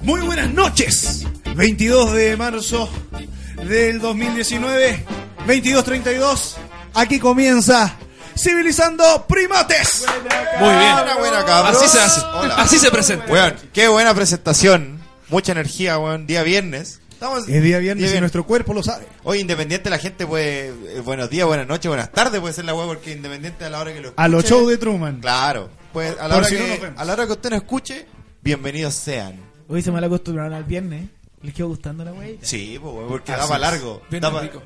Muy buenas noches. 22 de marzo del 2019, 22:32. Aquí comienza Civilizando Primates. Muy bien. Buena, buena, cabrón. Así se hace. Hola. Así se presenta. Weón, Qué buena presentación. Mucha energía, weón. Día viernes. Estamos es día viernes y viernes. nuestro cuerpo lo sabe. Hoy independiente la gente puede... eh, buenos días, buenas noches, buenas tardes puede ser la weá porque independiente a la hora que lo escuche... A los shows de Truman. Claro. Pues a la, Por hora si no nos que, vemos. a la hora que usted no escuche, bienvenidos sean. Hoy se me la acostumbraron al viernes. Les quedó gustando la wey. Sí, pues, weón, porque daba largo. Bien daba- rico.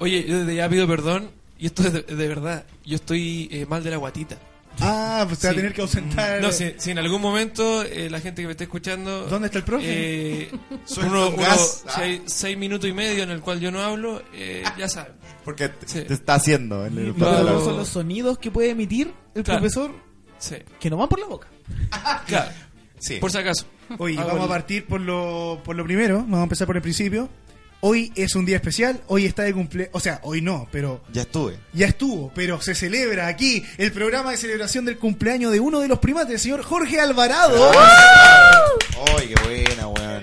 Oye, yo desde ya pido perdón. Y esto es de, de verdad. Yo estoy eh, mal de la guatita. Ah, pues se va a Sí. tener que ausentar. No, si, si en algún momento eh, la gente que me está escuchando. ¿Dónde está el profe? eh, Suelta uno- un uno- gas. si hay seis minutos y medio en el cual yo no hablo, eh, ya saben. Porque te, Sí. te está haciendo. el- el- Claro. Pero son los sonidos que puede emitir el Claro. profesor Sí. que no van por la boca. Claro. Sí. Por si acaso. Hoy Ah, vamos a bueno. partir por lo, por lo primero. Vamos a empezar por el principio. Hoy es un día especial. Hoy está de cumple. O sea, hoy no, pero Ya estuve. Ya estuvo, pero se celebra aquí el programa de celebración del cumpleaños de uno de los primates, el señor Jorge Alvarado. Ah, ¡Ay, qué buena, weón!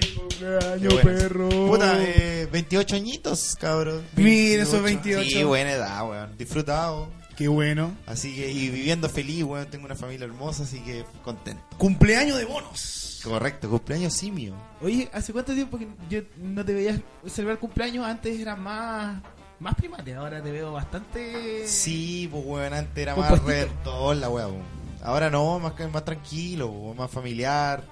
Qué buena. Puta, eh, 28 añitos, cabrón. Miren esos 28. Sí, buena edad, weón. Disfrutado. Qué bueno. Así que, y viviendo feliz, weón. Tengo una familia hermosa, así que contento. Cumpleaños de bonos. Correcto, cumpleaños simio. Oye, ¿hace cuánto tiempo que yo no te veía celebrar cumpleaños? Antes era más, más primate. Ahora te veo bastante. Sí, pues weón, antes era Con más puestito. reventón la weá, weón. Ahora no, más, ca- más tranquilo, weón, más familiar,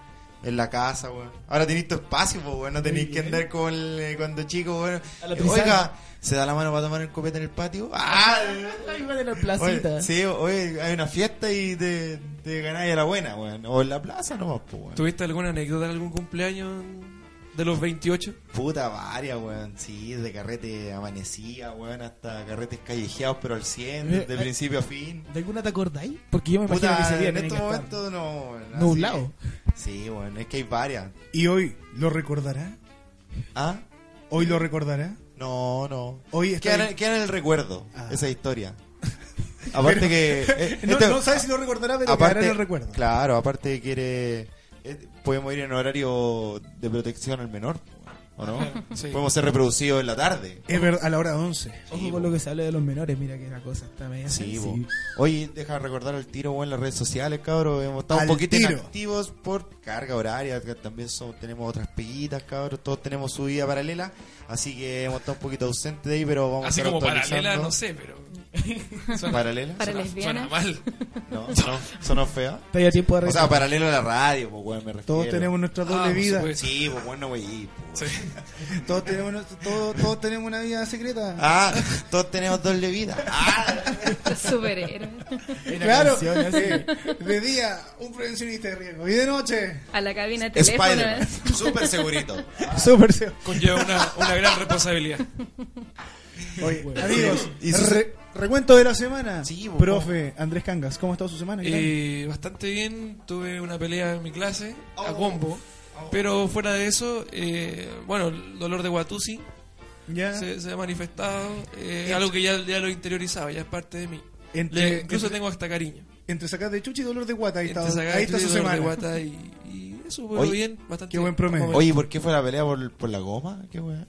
en la casa, weón. Ahora tenéis tu espacio, pues weón, no tenéis que andar con el, eh, cuando chico, weón. A la Eh, pisada. Oiga, ¿se da la mano para tomar el copete en el patio? ¡Ah! Ay, van en la Oye, placita. sí, oye, hay una fiesta y te, te ganáis a la buena, weón. O en la plaza nomás, pues weón. ¿Tuviste alguna anécdota de algún cumpleaños de los 28? Puta, varias, weón. Sí, de carrete amanecía, weón, hasta carretes callejeados, pero al 100, de Eh, principio a fin. ¿De alguna te acordáis? Porque yo me imagino que ese Puta, día en tiene estos que estar momentos no. weón, así nublado. que- Sí, bueno, es que hay varias. Y hoy lo recordará. ¿Ah? Hoy lo recordará. No, no. Hoy está queda, bien. en, queda en el recuerdo Ah. esa historia. aparte que. eh, No, este- no sabes si lo recordará, pero quedará en el recuerdo. Claro, aparte quiere. eh, podemos ir en horario de protección al menor, ¿o no? Sí. Podemos ser reproducidos en la tarde. Es verdad, a la hora 11. Ojo con lo que se habla de los menores. Mira que la cosa está media. Sí, bo. sensible. Oye, deja de recordar el tiro weón, en las redes sociales, cabrón. Hemos estado Al un poquito tiro. inactivos por carga horaria. que También son- tenemos otras pillitas, cabrón. Todos tenemos su vida paralela. Así que hemos estado un poquito ausentes de ahí, pero vamos Así a estar como paralela, actualizando. no sé, pero. ah, ¿Paralela? Para suena- lesbianas. Suena mal. No, no, sonó fea. Está ya tiempo de O sea, paralelo a la radio, pues, weón, me refiero. Todos tenemos nuestra doble Ah, por vida. supuesto. Sí, pues, bueno, güey. pues. Sí. Todos tenemos, nuestro- todos, todos tenemos una vida secreta. Ah, todos tenemos doble vida. Ah, Los superhéroes. claro. canción así. Eh, De día, un prevencionista de riesgo. Y de noche, A la cabina de teléfono. Spider-Man. ¿eh? Súper segurito. súper seguro. Conlleva una, una gran responsabilidad. Oye, Bueno. amigos, Y su- re- recuento de la semana. Sí, vos, Profe Andrés Cangas, ¿cómo ha estado su semana? ¿Qué tal? Eh, bastante bien, tuve una pelea en mi clase, a combo. Pero fuera de eso, eh, bueno, el dolor de Watusi ya, se, se ha manifestado, eh, Ent- algo que ya, ya lo he interiorizado, ya es parte de mí. Entre- Le- incluso entre- tengo hasta cariño. entre sacar de chuchi y dolor de guata, ahí está, Entre sacar ahí está el su dolor de semana. guata y, y eso, bueno, Oye, bien, bastante qué buen bien. promedio. Estamos bien. Oye, ¿por qué fue la pelea por, por la goma? ¿Qué weón?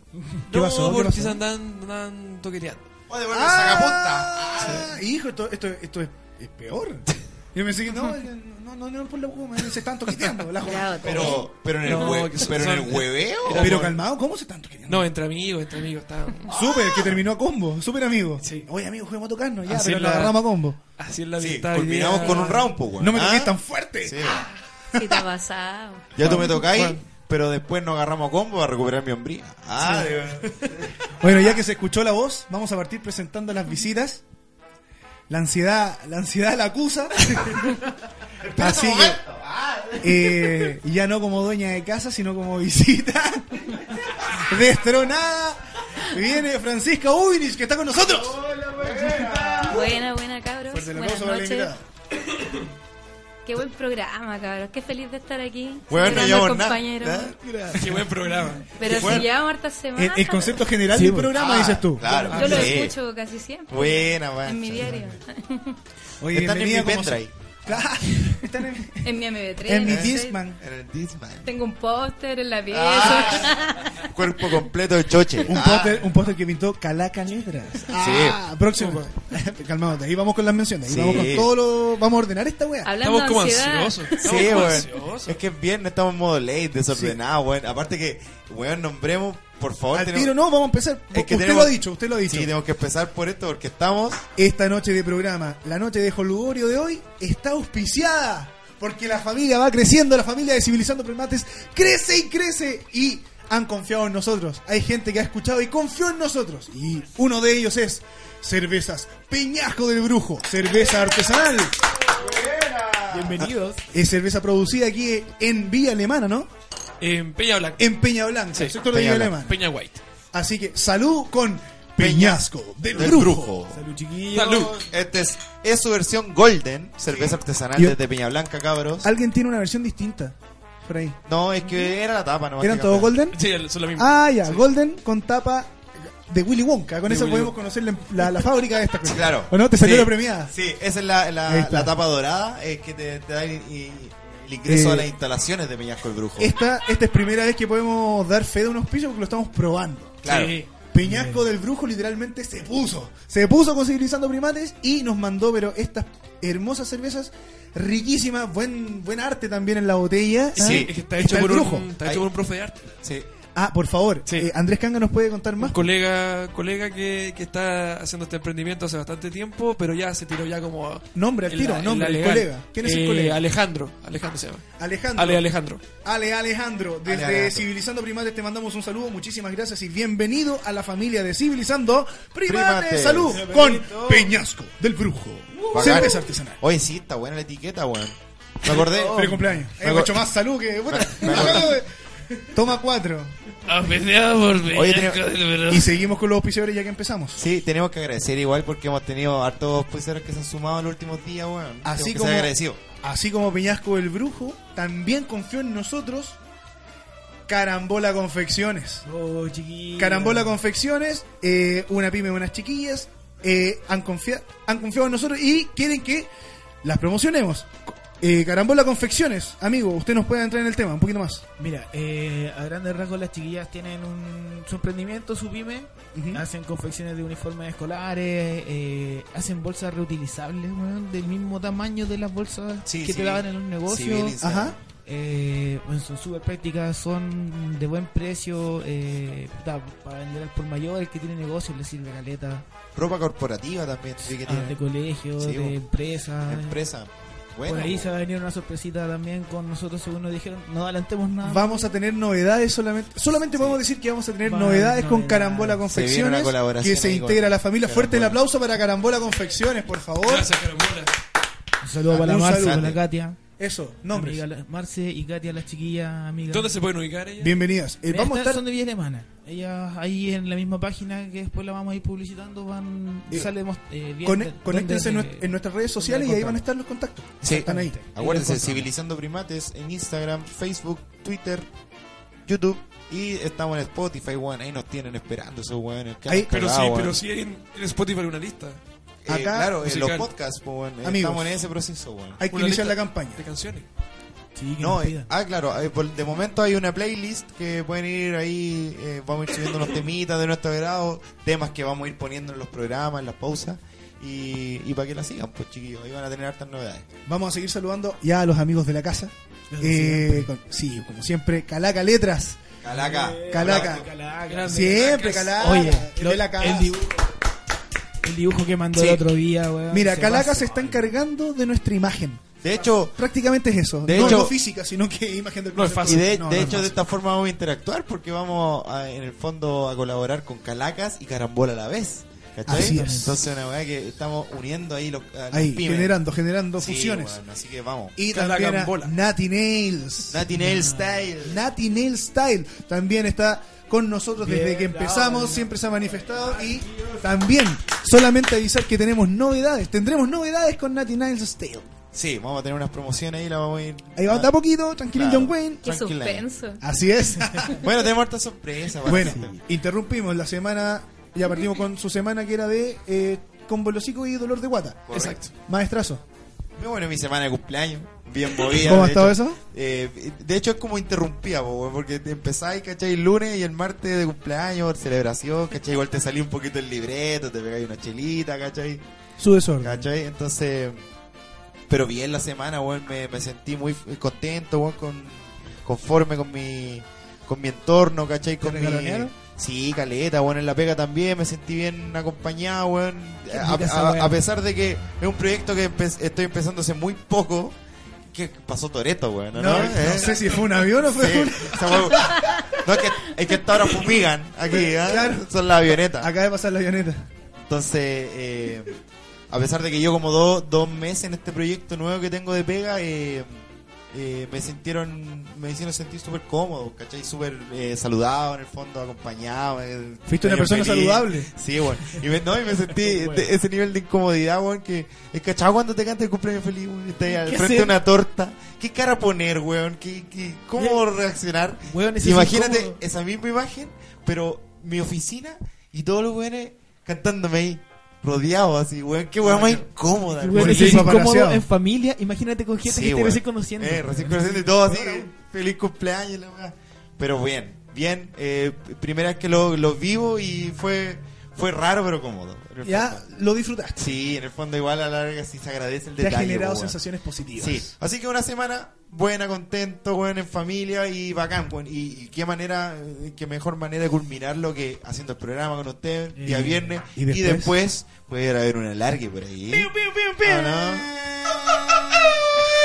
¿qué no, pasó? ¿Qué porque pasó? se andan, andan toqueteando. Oye, bueno, ¡Ah! Hijo, esto, esto, esto es, es peor. Yo pensé que no, no, no, no por la goma, se están toqueteando. la goma. Era otra. Pero, pero en el, No, hue- que son- pero en el son- hueveo. Era Pero por- calmado, ¿cómo se están toqueteando? No, entre amigos, entre amigos, estaban Súper, que terminó a combo, súper amigo. Sí. Oye, amigo, juguemos a tocarnos, ya, Así pero es la la- agarramos a combo. así en la Sí, mitad. hoy culminamos día. con un round, pues, weón. No me ¿Ah? toques tan fuerte. Sí, weón. Si te ha pasado. Ya tú me tocáis, Juan. pero después nos agarramos a combo para recuperar mi hombría. Ah, de- Bueno, ya que se escuchó la voz, vamos a partir presentando las visitas. La ansiedad, la ansiedad la acusa. un Así que momento. Eh, y ya no como dueña de casa, sino como visita. Destronada. Viene Francisca Uinich, que está con nosotros. Buena, buena, cabros. Fuerte el Buenas aplauso para la noches. invitada. Qué buen programa, cabros. Qué feliz de estar aquí. Bueno, no Grandes llevamos nada. compañeros. ¿verdad? Qué buen programa. Pero si Bueno. llevamos hartas El, semanas. Eh, el concepto general Sí, del bueno. programa, Ah, dices tú. Claro, Yo lo sí. escucho casi siempre. Buena, buena. En mi diario. Oye, Están en mi bienvenida como pendrive. se- Claro, están en, En mi MB3. en mi no sé. Discman. Era el Disman. Tengo un póster en la pieza. Ah. Cuerpo completo de choche. Un Ah, póster un póster que pintó Calaca Letras. Ah, próximo. Calmate, ahí vamos con las menciones. Ahí Sí. vamos con todo lo. Vamos a ordenar esta wea. Hablando Estamos como de ansiedad. ansiosos. Estamos Sí, pues, como weón. ansiosos. Es que es viernes, estamos en modo late, desordenado, weón. Aparte que, weón, nombremos, por favor. Al tenemos- tiro no, vamos a empezar. Es que usted lo tenemos- ha dicho, usted lo ha dicho. Sí, tenemos que empezar por esto porque estamos. Esta noche de programa, la noche de Jolugorio de hoy, está auspiciada. Porque la familia va creciendo, la familia de Civilizando Primates crece y crece. Y han confiado en nosotros. Hay gente que ha escuchado y confió en nosotros. Y uno de ellos es Cervezas Peñasco del Brujo, cerveza artesanal. Bienvenidos. Es cerveza producida aquí en Villa Alemana, ¿no? En Eh, Peña Blanca. En Peña Blanca, Sí, sector de Peña Villa Blanca. Alemana. Peña White. Así que salud con Peñasco del, Brujo. Salud, chiquillos. Salud. Este es, es su versión Golden, cerveza artesanal Yo- desde Peña Blanca, cabros. Alguien tiene una versión distinta por ahí. No, es que era la tapa nomás. ¿Eran que todos cambiaron. Golden? Sí, son la misma. Ah, ya, Golden con tapa de Willy Wonka. Con De eso Willy podemos Wonka. conocer la, la- la fábrica de esta Sí, cosa. Claro. ¿O no? Te salió Sí. la premiada. Sí, esa es la, la- Ahí está. la tapa dorada eh, que te, te da el, y- el ingreso Eh, a las instalaciones de Peñasco el Brujo. Esta, esta es primera vez que podemos dar fe de unos pisos porque lo estamos probando. Claro. Sí. Peñasco del Brujo literalmente se puso. Se puso con Civilizando Primates y nos mandó, pero estas hermosas cervezas, riquísimas, buen, buen arte también en la botella. Sí, Ah, Es que está hecho, el por brujo. un, está hecho por un profe de arte. Sí. Ah, por favor, Sí. eh, Andrés Canga nos puede contar más. Un colega, colega que, que está haciendo este emprendimiento hace bastante tiempo, pero ya se tiró ya como... Nombre al en tiro, en nombre, el legal. colega. ¿Quién es el Eh, colega? Alejandro. Alejandro se llama. Alejandro. Ale Alejandro. Ale Alejandro, desde Ale Alejandro. Civilizando Primates te mandamos un saludo, muchísimas gracias y bienvenido a la familia de Civilizando Primates. Primates. Uh. Salud con Peñasco del Brujo. Bacán. Cerveza artesanal. Oye, sí, está buena la etiqueta, weón. Me acordé. Feliz cumpleaños. Me Hemos acu- hecho más salud que. puta. me acordé. Toma cuatro. Oye, tenemos- Y seguimos con los auspiciadores ya que empezamos. sí, tenemos que agradecer igual porque hemos tenido hartos auspiciadores que se han sumado en los últimos días, weón. Así Tenemos que como- ser agradecidos. Así como Peñasco del Brujo, también confió en nosotros Carambola Confecciones. Oh, chiquillos. Carambola Confecciones, eh, una pyme, unas chiquillas, eh, han, confia- han confiado en nosotros y quieren que las promocionemos. Eh, Carambola Confecciones, amigo, usted nos puede entrar en el tema un poquito más. Mira, eh, a grandes rasgos las chiquillas tienen un, su emprendimiento, su pyme, Ujú. hacen confecciones de uniformes escolares, eh, hacen bolsas reutilizables, weón, del mismo tamaño de las bolsas Sí, que sí, te vi- daban en los sí, vi el negocios. Instagram. Ajá. Eh, bueno, son súper prácticas, son de buen precio, eh, puta, para vender al por mayor, el que tiene negocios le sirve caleta, Ropa corporativa también, sí que ah, de tiene. colegio, Sí, de bo. empresa. Empresa. Bueno, Por ahí se weón. va a venir una sorpresita también con nosotros, según nos dijeron, no adelantemos nada. Vamos a tener novedades solamente. Solamente podemos decir que vamos a tener Van novedades con novedades. Carambola Se viene Confecciones una colaboración que se ahí con integra a la familia. Fuerte el Carambola. aplauso para Carambola Confecciones, por favor. Gracias, Carambola. Un saludo para la Un Marce, saludo. para la Katia. Eso, nombres. Amiga, la- Marce y Katia, las chiquillas, amigas. ¿Dónde se pueden ubicar ella? Bienvenidas. Eh, Mira, vamos a estas estar son de Villa Alemana. Ellas ahí en la misma página que después la vamos a ir publicitando van Eh, sale mos- eh, bien Cone- de- conéctense en, dónde- nues- en nuestras redes sociales y ahí van a estar los contactos. Sí. Están ahí. Acuérdense, Ahí lo encontramos. Civilizando Primates en Instagram, Facebook, Twitter, YouTube y estamos en Spotify, weón. Ahí nos tienen esperando esos weones. que han Ahí- Pero sí, cagado, pero weón. sí hay en, en Spotify una lista Eh, Acá- claro, en los musical. podcasts, po, weón. Eh, Amigos. estamos en ese proceso, weón. Hay que Una iniciar lista. la campaña. de canciones. Sí, que No, nos eh, pidan. ah, claro, eh, por- de momento hay una playlist que pueden ir ahí, eh, vamos a ir subiendo unos temitas de nuestro grado, temas que vamos a ir poniendo en los programas, en las pausas, y, y para que la sigan, pues chiquillos, ahí van a tener hartas novedades. Vamos a seguir saludando ya a los amigos de la casa. Los de Eh, con- sí, como siempre, Calaca Letras. Eh, Calaca, Calaca. Grande, Siempre Caracas. Calaca. Oye, el lo- de la casa. el dibujo. El dibujo que mandó Sí. el otro día, weón. Mira, se Calaca pasa. se está encargando de nuestra imagen. De hecho, Prácticamente es eso. De no, hecho- no física, sino que imagen del No es concepto. y fácil. de, No, de no es hecho de fácil. esta forma vamos a interactuar porque vamos a, en el fondo a colaborar con Calacas y Carambola a la vez. ¿Cachai? Así es. Entonces, una weá que estamos uniendo ahí los, a las Ahí, pymes. generando, generando Sí, fusiones. weón, así que vamos. Y Cada también a gambola. Natty Nails. Nati Nail Style. Natty Nail Style también está con nosotros desde Bien, que empezamos, bravo. siempre se ha manifestado y también solamente avisar que tenemos novedades, tendremos novedades con Natty Nails Style. Sí, vamos a tener unas promociones ahí, la vamos a ir. Ahí va, da poquito, tranquilo Ah, Claro. John Wayne. Qué Tranquila. suspenso. Así es. Bueno, tenemos harta sorpresa. weón. bueno, Sí. interrumpimos la semana, ya partimos con su semana que era de eh, con bolosico y dolor de guata. Correcto. Exacto. Maestrazo. Pero bueno, mi semana de cumpleaños, bien movida. ¿Cómo ha de estado hecho. eso? Eh, de hecho, es como interrumpía, po, weón, porque te empezáis, ¿cachai? El lunes y el martes de cumpleaños, celebración, ¿cachai? Igual te salía un poquito el libreto, te pegáis una chelita, ¿cachai? Su desorden. ¿Cachai? Entonces, pero bien la semana, weón, me, me sentí muy f- contento, weón, con, conforme con mi, con mi entorno, ¿cachai? Con mi, regalonearon? sí, caleta, weón, en la pega también, me sentí bien acompañado, weón. Qué A, rica esa a- weá. a pesar de que es un proyecto que empe- estoy empezando hace muy poco, que pasó Toreto, weón, ¿no? No, no, ¿Eh? sé si fue un avión o fue Sí, un... esa weá- No, es que, es que hasta ahora fumigan aquí, ¿eh? Claro. Son las avionetas. Acaba de pasar la avioneta. Entonces, eh, a pesar de que yo como do- dos meses en este proyecto nuevo que tengo de pega, eh, eh, me sintieron, me hicieron sentir súper cómodo, ¿cachai? Súper eh, saludado en el fondo, acompañado. eh, Fuiste una medio persona saludable. Sí, bueno. Y me, no, y me sentí de- ese nivel de incomodidad, weón, que es cachado cuando te canta el cumpleaños feliz, weón, y estás ahí al ¿Qué frente de hacer? una torta. ¿Qué cara poner, weón? ¿Qué, qué, ¿Cómo reaccionar? Weón, ese es Imagínate incómodo. esa misma imagen, pero mi oficina y todos los weones cantándome ahí, rodeados así, weón. Qué weón más incómoda, Qué weón. bueno, Porque ese es sí, paparaseado. incómodo en familia. Imagínate con gente Sí, que te weón. recién conociendo. Eh, recién conociendo y todo así. Feliz cumpleaños, la weá. Pero bien, bien. eh, primera vez que lo, lo vivo y fue fue raro, pero cómodo. En el Ya fondo. lo disfrutaste. Sí, en el fondo, igual a la larga sí se agradece el Te ha detalle. generado weón. sensaciones positivas. Sí, así que una semana buena, contento, weón, en familia y bacán, weón. Y, y qué manera, eh, qué mejor manera de culminarlo que haciendo el programa con ustedes día viernes. ¿y Y después? después puede haber un alargue por ahí. ¿Ah,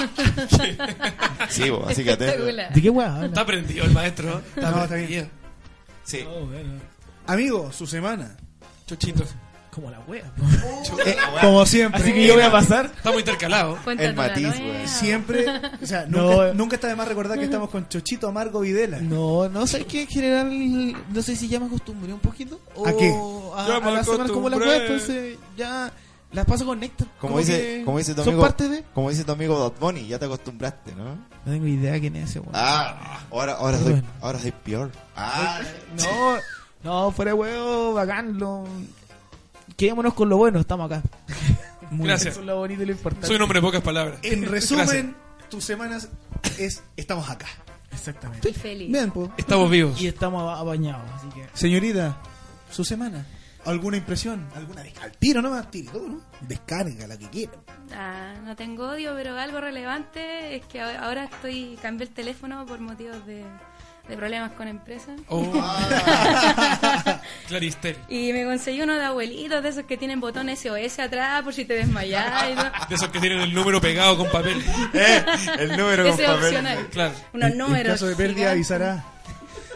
¿O no? sí, weón, así que atento. Espectacular. ¿De qué weá? habla? Está prendido el maestro. No, está bien. Sí. Oh, bueno, Amigo, su semana. Chuchito. Como la wea. Eh, como siempre. Así que yo voy a pasar. Estamos intercalados. Cuéntanos El matiz, la nueva. weón. Siempre, o sea, No, nunca, eh. nunca está de más recordar que estamos con Chochito Amargo Videla. No, no sé qué en general, no sé si ya me acostumbré un poquito o ¿A qué? a, Ya a me las semanas como las acostumbré. weas, entonces ya las paso con Néctar. Como dice, que como dice tu son amigo, parte de como dice tu amigo Dot Bunny, ya te acostumbraste, ¿no? No tengo idea quién es ese weón. Ah, ahora, ahora soy, Bueno. ahora soy peor. Ah, No, no, fuera de huevo, bacán, lo Quedémonos con lo bueno, estamos acá. Muy Gracias. Eso es lo bonito y lo importante. Soy un hombre de pocas palabras. En resumen, tus semanas es estamos acá. Exactamente. pues. Y feliz. Bien, po. Estamos vivos. Y estamos aba- apañados, así que Señorita, su semana. ¿Alguna impresión? ¿Alguna descarga? Al tiro nomás, tiro, ¿no? Descarga la que quieras. Ah, no tengo odio, pero algo relevante es que a- ahora estoy cambié el teléfono por motivos de, de problemas con empresas. Oh. Ah. Claristel. Y me conseguí uno de abuelitos, de esos que tienen botón SOS atrás por si te desmayas. y todo. De esos que tienen el número pegado con papel. eh, el número con Ese es papel. opcional. Claro. Unos En- números. En caso de pérdida gigantes. avisará.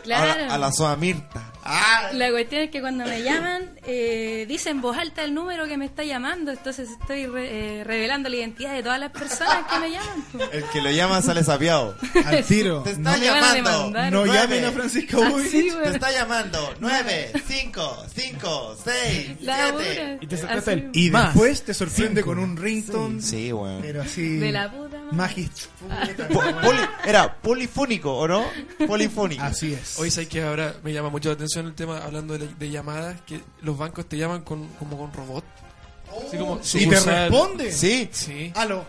Claro. A, la, a la soa Mirta. Ah, La cuestión es que cuando me llaman, eh, dice en voz alta el número que me está llamando, entonces estoy re- eh, revelando la identidad de todas las personas que me llaman. po. el que lo llama sale sapiado. Al tiro. Te No está me van a llamando. demandar. No Ah, Nueve. llamen a Francisca Así, Bobovich. weón. Te está llamando. 9, 5, 5, 6, La 7. dura. Y te Así, sacaste el- Y Más. después te sorprende con un ringtone. Sí, weón. Pero así. De la puta madre. Magist. Po- poli- era polifónico, ¿o no? Polifónico. Así es. Hoy sé que ahora me llama mucho la atención el tema hablando de, la- de llamadas, que los bancos te llaman con, como con robot. Así como Oh, y te sucursal. responde. Sí. Sí. Aló.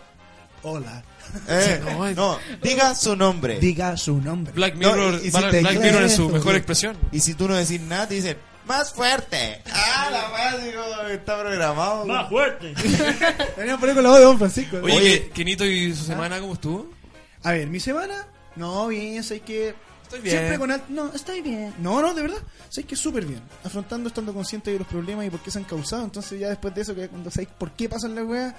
Hola. Eh, No, es- no, diga su nombre. Diga su nombre. Black No, Mirror, y- y si Black te Black Mirror en su equivoco, mejor sí. expresión. Y si tú no decís nada, te dicen más fuerte. Ah, la madre, digo, está programado. weón. Deberíamos poner con la voz de Don Francisco. ¿no? Oye, ¿Ah? Oye. que- Kenito y su semana, ¿cómo estuvo? A ver, mi semana. No, bien, sé que. Estoy bien. Siempre con alt- No, estoy bien. No, no, de verdad. Sé que súper bien. Afrontando, estando consciente de los problemas y por qué se han causado. Entonces, ya después de eso, que cuando sabéis por qué pasan las weas,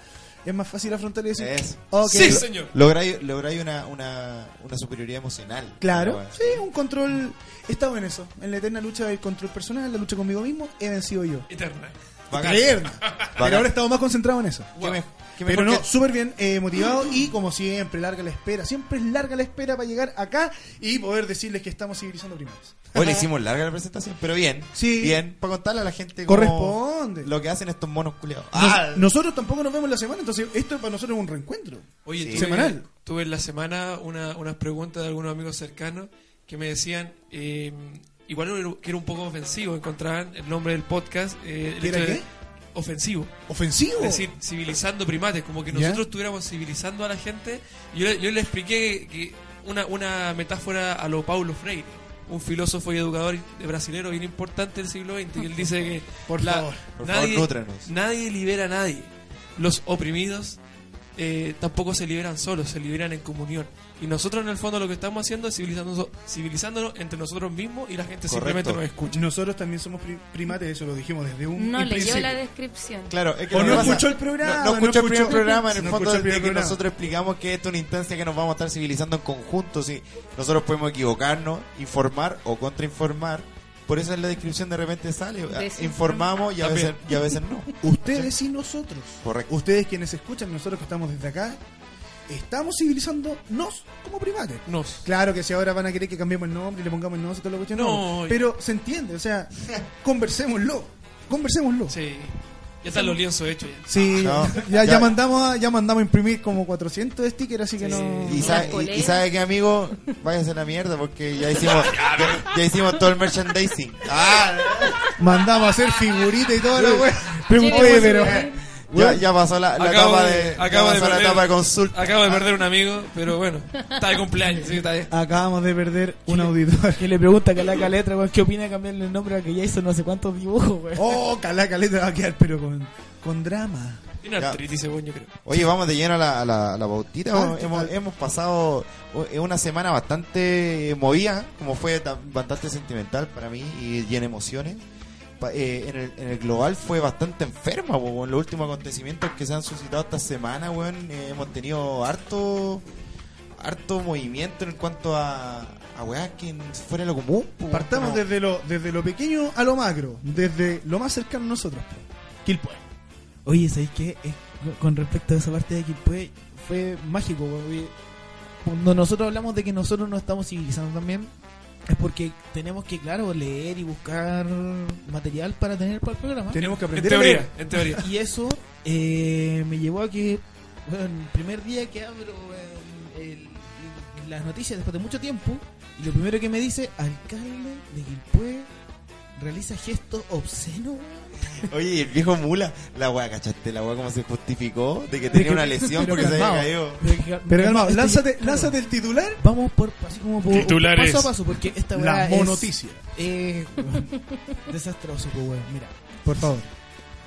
es más fácil afrontar y decir. Es. ok. Sí, señor. Lográis lográis una, una, una superioridad emocional. Claro, Una wea. sí, un control. He estado en eso, en la eterna lucha del control personal, la lucha conmigo mismo, he vencido yo. Eterna. Bacán. Eterna. Pero Bacán. ahora he estado más concentrado en eso. Qué me- qué Pero mejor no, que- súper bien eh, motivado y como siempre, larga la espera. Siempre es larga la espera para llegar acá y poder decirles que estamos civilizando primarios. Hoy le hicimos larga la presentación, pero bien. Sí. Bien, para contarle a la gente cómo- Corresponde. lo que hacen estos monos culiados. Ah, Nos- nosotros tampoco nos vemos la semana, entonces esto para nosotros es un reencuentro. Oye, Sí. tuve, Semanal. tuve en la semana una- unas preguntas de algunos amigos cercanos que me decían, eh, igual que era un poco ofensivo, encontraban el nombre del podcast. eh, el ¿Que era hecho de- qué? Ofensivo. Ofensivo. Es decir, civilizando primates, como que ¿Ya? nosotros estuviéramos civilizando a la gente. Yo, le- yo le expliqué que una, una metáfora a lo Paulo Freire, un filósofo y educador brasilero bien importante del siglo XX, que él dice que Por favor, por favor, nútranos. nadie libera a nadie. Los oprimidos eh, tampoco se liberan solos, se liberan en comunión. Y nosotros en el fondo lo que estamos haciendo es civilizándonos, civilizándonos entre nosotros mismos y la gente simplemente Correcto. nos escucha. nosotros también somos pri- primates, eso lo dijimos desde un No leyó principio. la descripción. Claro, es que O lo que no pasa- escuchó el programa, No, no no escuchó el primer escuchó- programa. En el no fondo, escuchó el desde primer que programa. nosotros explicamos que esto es una instancia que nos vamos a estar civilizando en conjunto. Si nosotros podemos equivocarnos, informar o contrainformar. Por eso en la descripción de repente sale. ah, Desinform- Informamos y a, También. veces, y a veces no. Ustedes y nosotros. Correcto. Ustedes quienes escuchan, nosotros que estamos desde acá, estamos civilizándonos como primates. Nos. Claro que si ahora van a querer que cambiemos el nombre y le pongamos el nombre y toda la cuestión, No, no, y- pero se entiende, o sea, conversémoslo, conversémoslo. Sí, Sí. Ya están los lienzos hechos ya. No, ya, ya, ya- mandamos a, ya mandamos a imprimir como 400 stickers, así que Sí. no... Y Las sabe, y- y, poleras. sabe que amigo, váyase a la mierda porque ya hicimos ya, ya hicimos todo el merchandising. Ah, Mandamos a hacer figuritas y toda la wea. Llegamos Oye, a pero... ver. ya, ya pasó la, la Acabo etapa de- de, ya acabo de pasó la perder- etapa de consulta. Acabo de perder un amigo, pero bueno, está de cumpleaños, sí, está de- Acabamos de perder un auditor. Que le pregunta a Calaca Letra, weón, ¿qué opina de cambiarle el nombre a que ya hizo no sé cuántos dibujos, weón? Oh, calaca, letra va a quedar, pero con, con drama. Tiene Ya. artritis, según yo creo. Oye, vamos de lleno a la, a la, a la bautita. Ah, Vamos, ¿qué hemos, tal? hemos pasado eh, una semana bastante movida, como fue tan- bastante sentimental para mí y llena de emociones. Pa- eh, en, el, en el global fue bastante enferma, po, weón. los últimos acontecimientos que se han suscitado esta semana, weón, eh, hemos tenido harto harto movimiento en cuanto a, a weas que en- fuera de lo común. po, weón. Partamos Pero- desde lo, desde lo pequeño a lo macro, desde lo más cercano a nosotros. Quilpue. Oye, ¿sabéis qué? Eh, con respecto a esa parte de aquí, fue, fue mágico. weón. Oye, Cuando nosotros hablamos de que nosotros no estamos civilizando también, es porque tenemos que, claro, leer y buscar material para tener para el programa. Tenemos que En aprender a teoría, leer. en teoría. Y eso eh, me llevó a que, bueno, el primer día que abro eh, el- las noticias después de mucho tiempo, y lo primero que me dice, alcalde de Quilpué realiza gestos obscenos, weón. Oye, y el viejo mula, la wea, ¿cachaste? La wea como se justificó de que tenía una lesión porque se había caído. Pero, que- Pero calma, Este esto ya- lánzate, claro. lánzate el titular, Vamos por así como por, Titulares. paso a paso porque esta la weá es monoticia. eh, weón, desastroso, pues, weón. Mira, Por favor.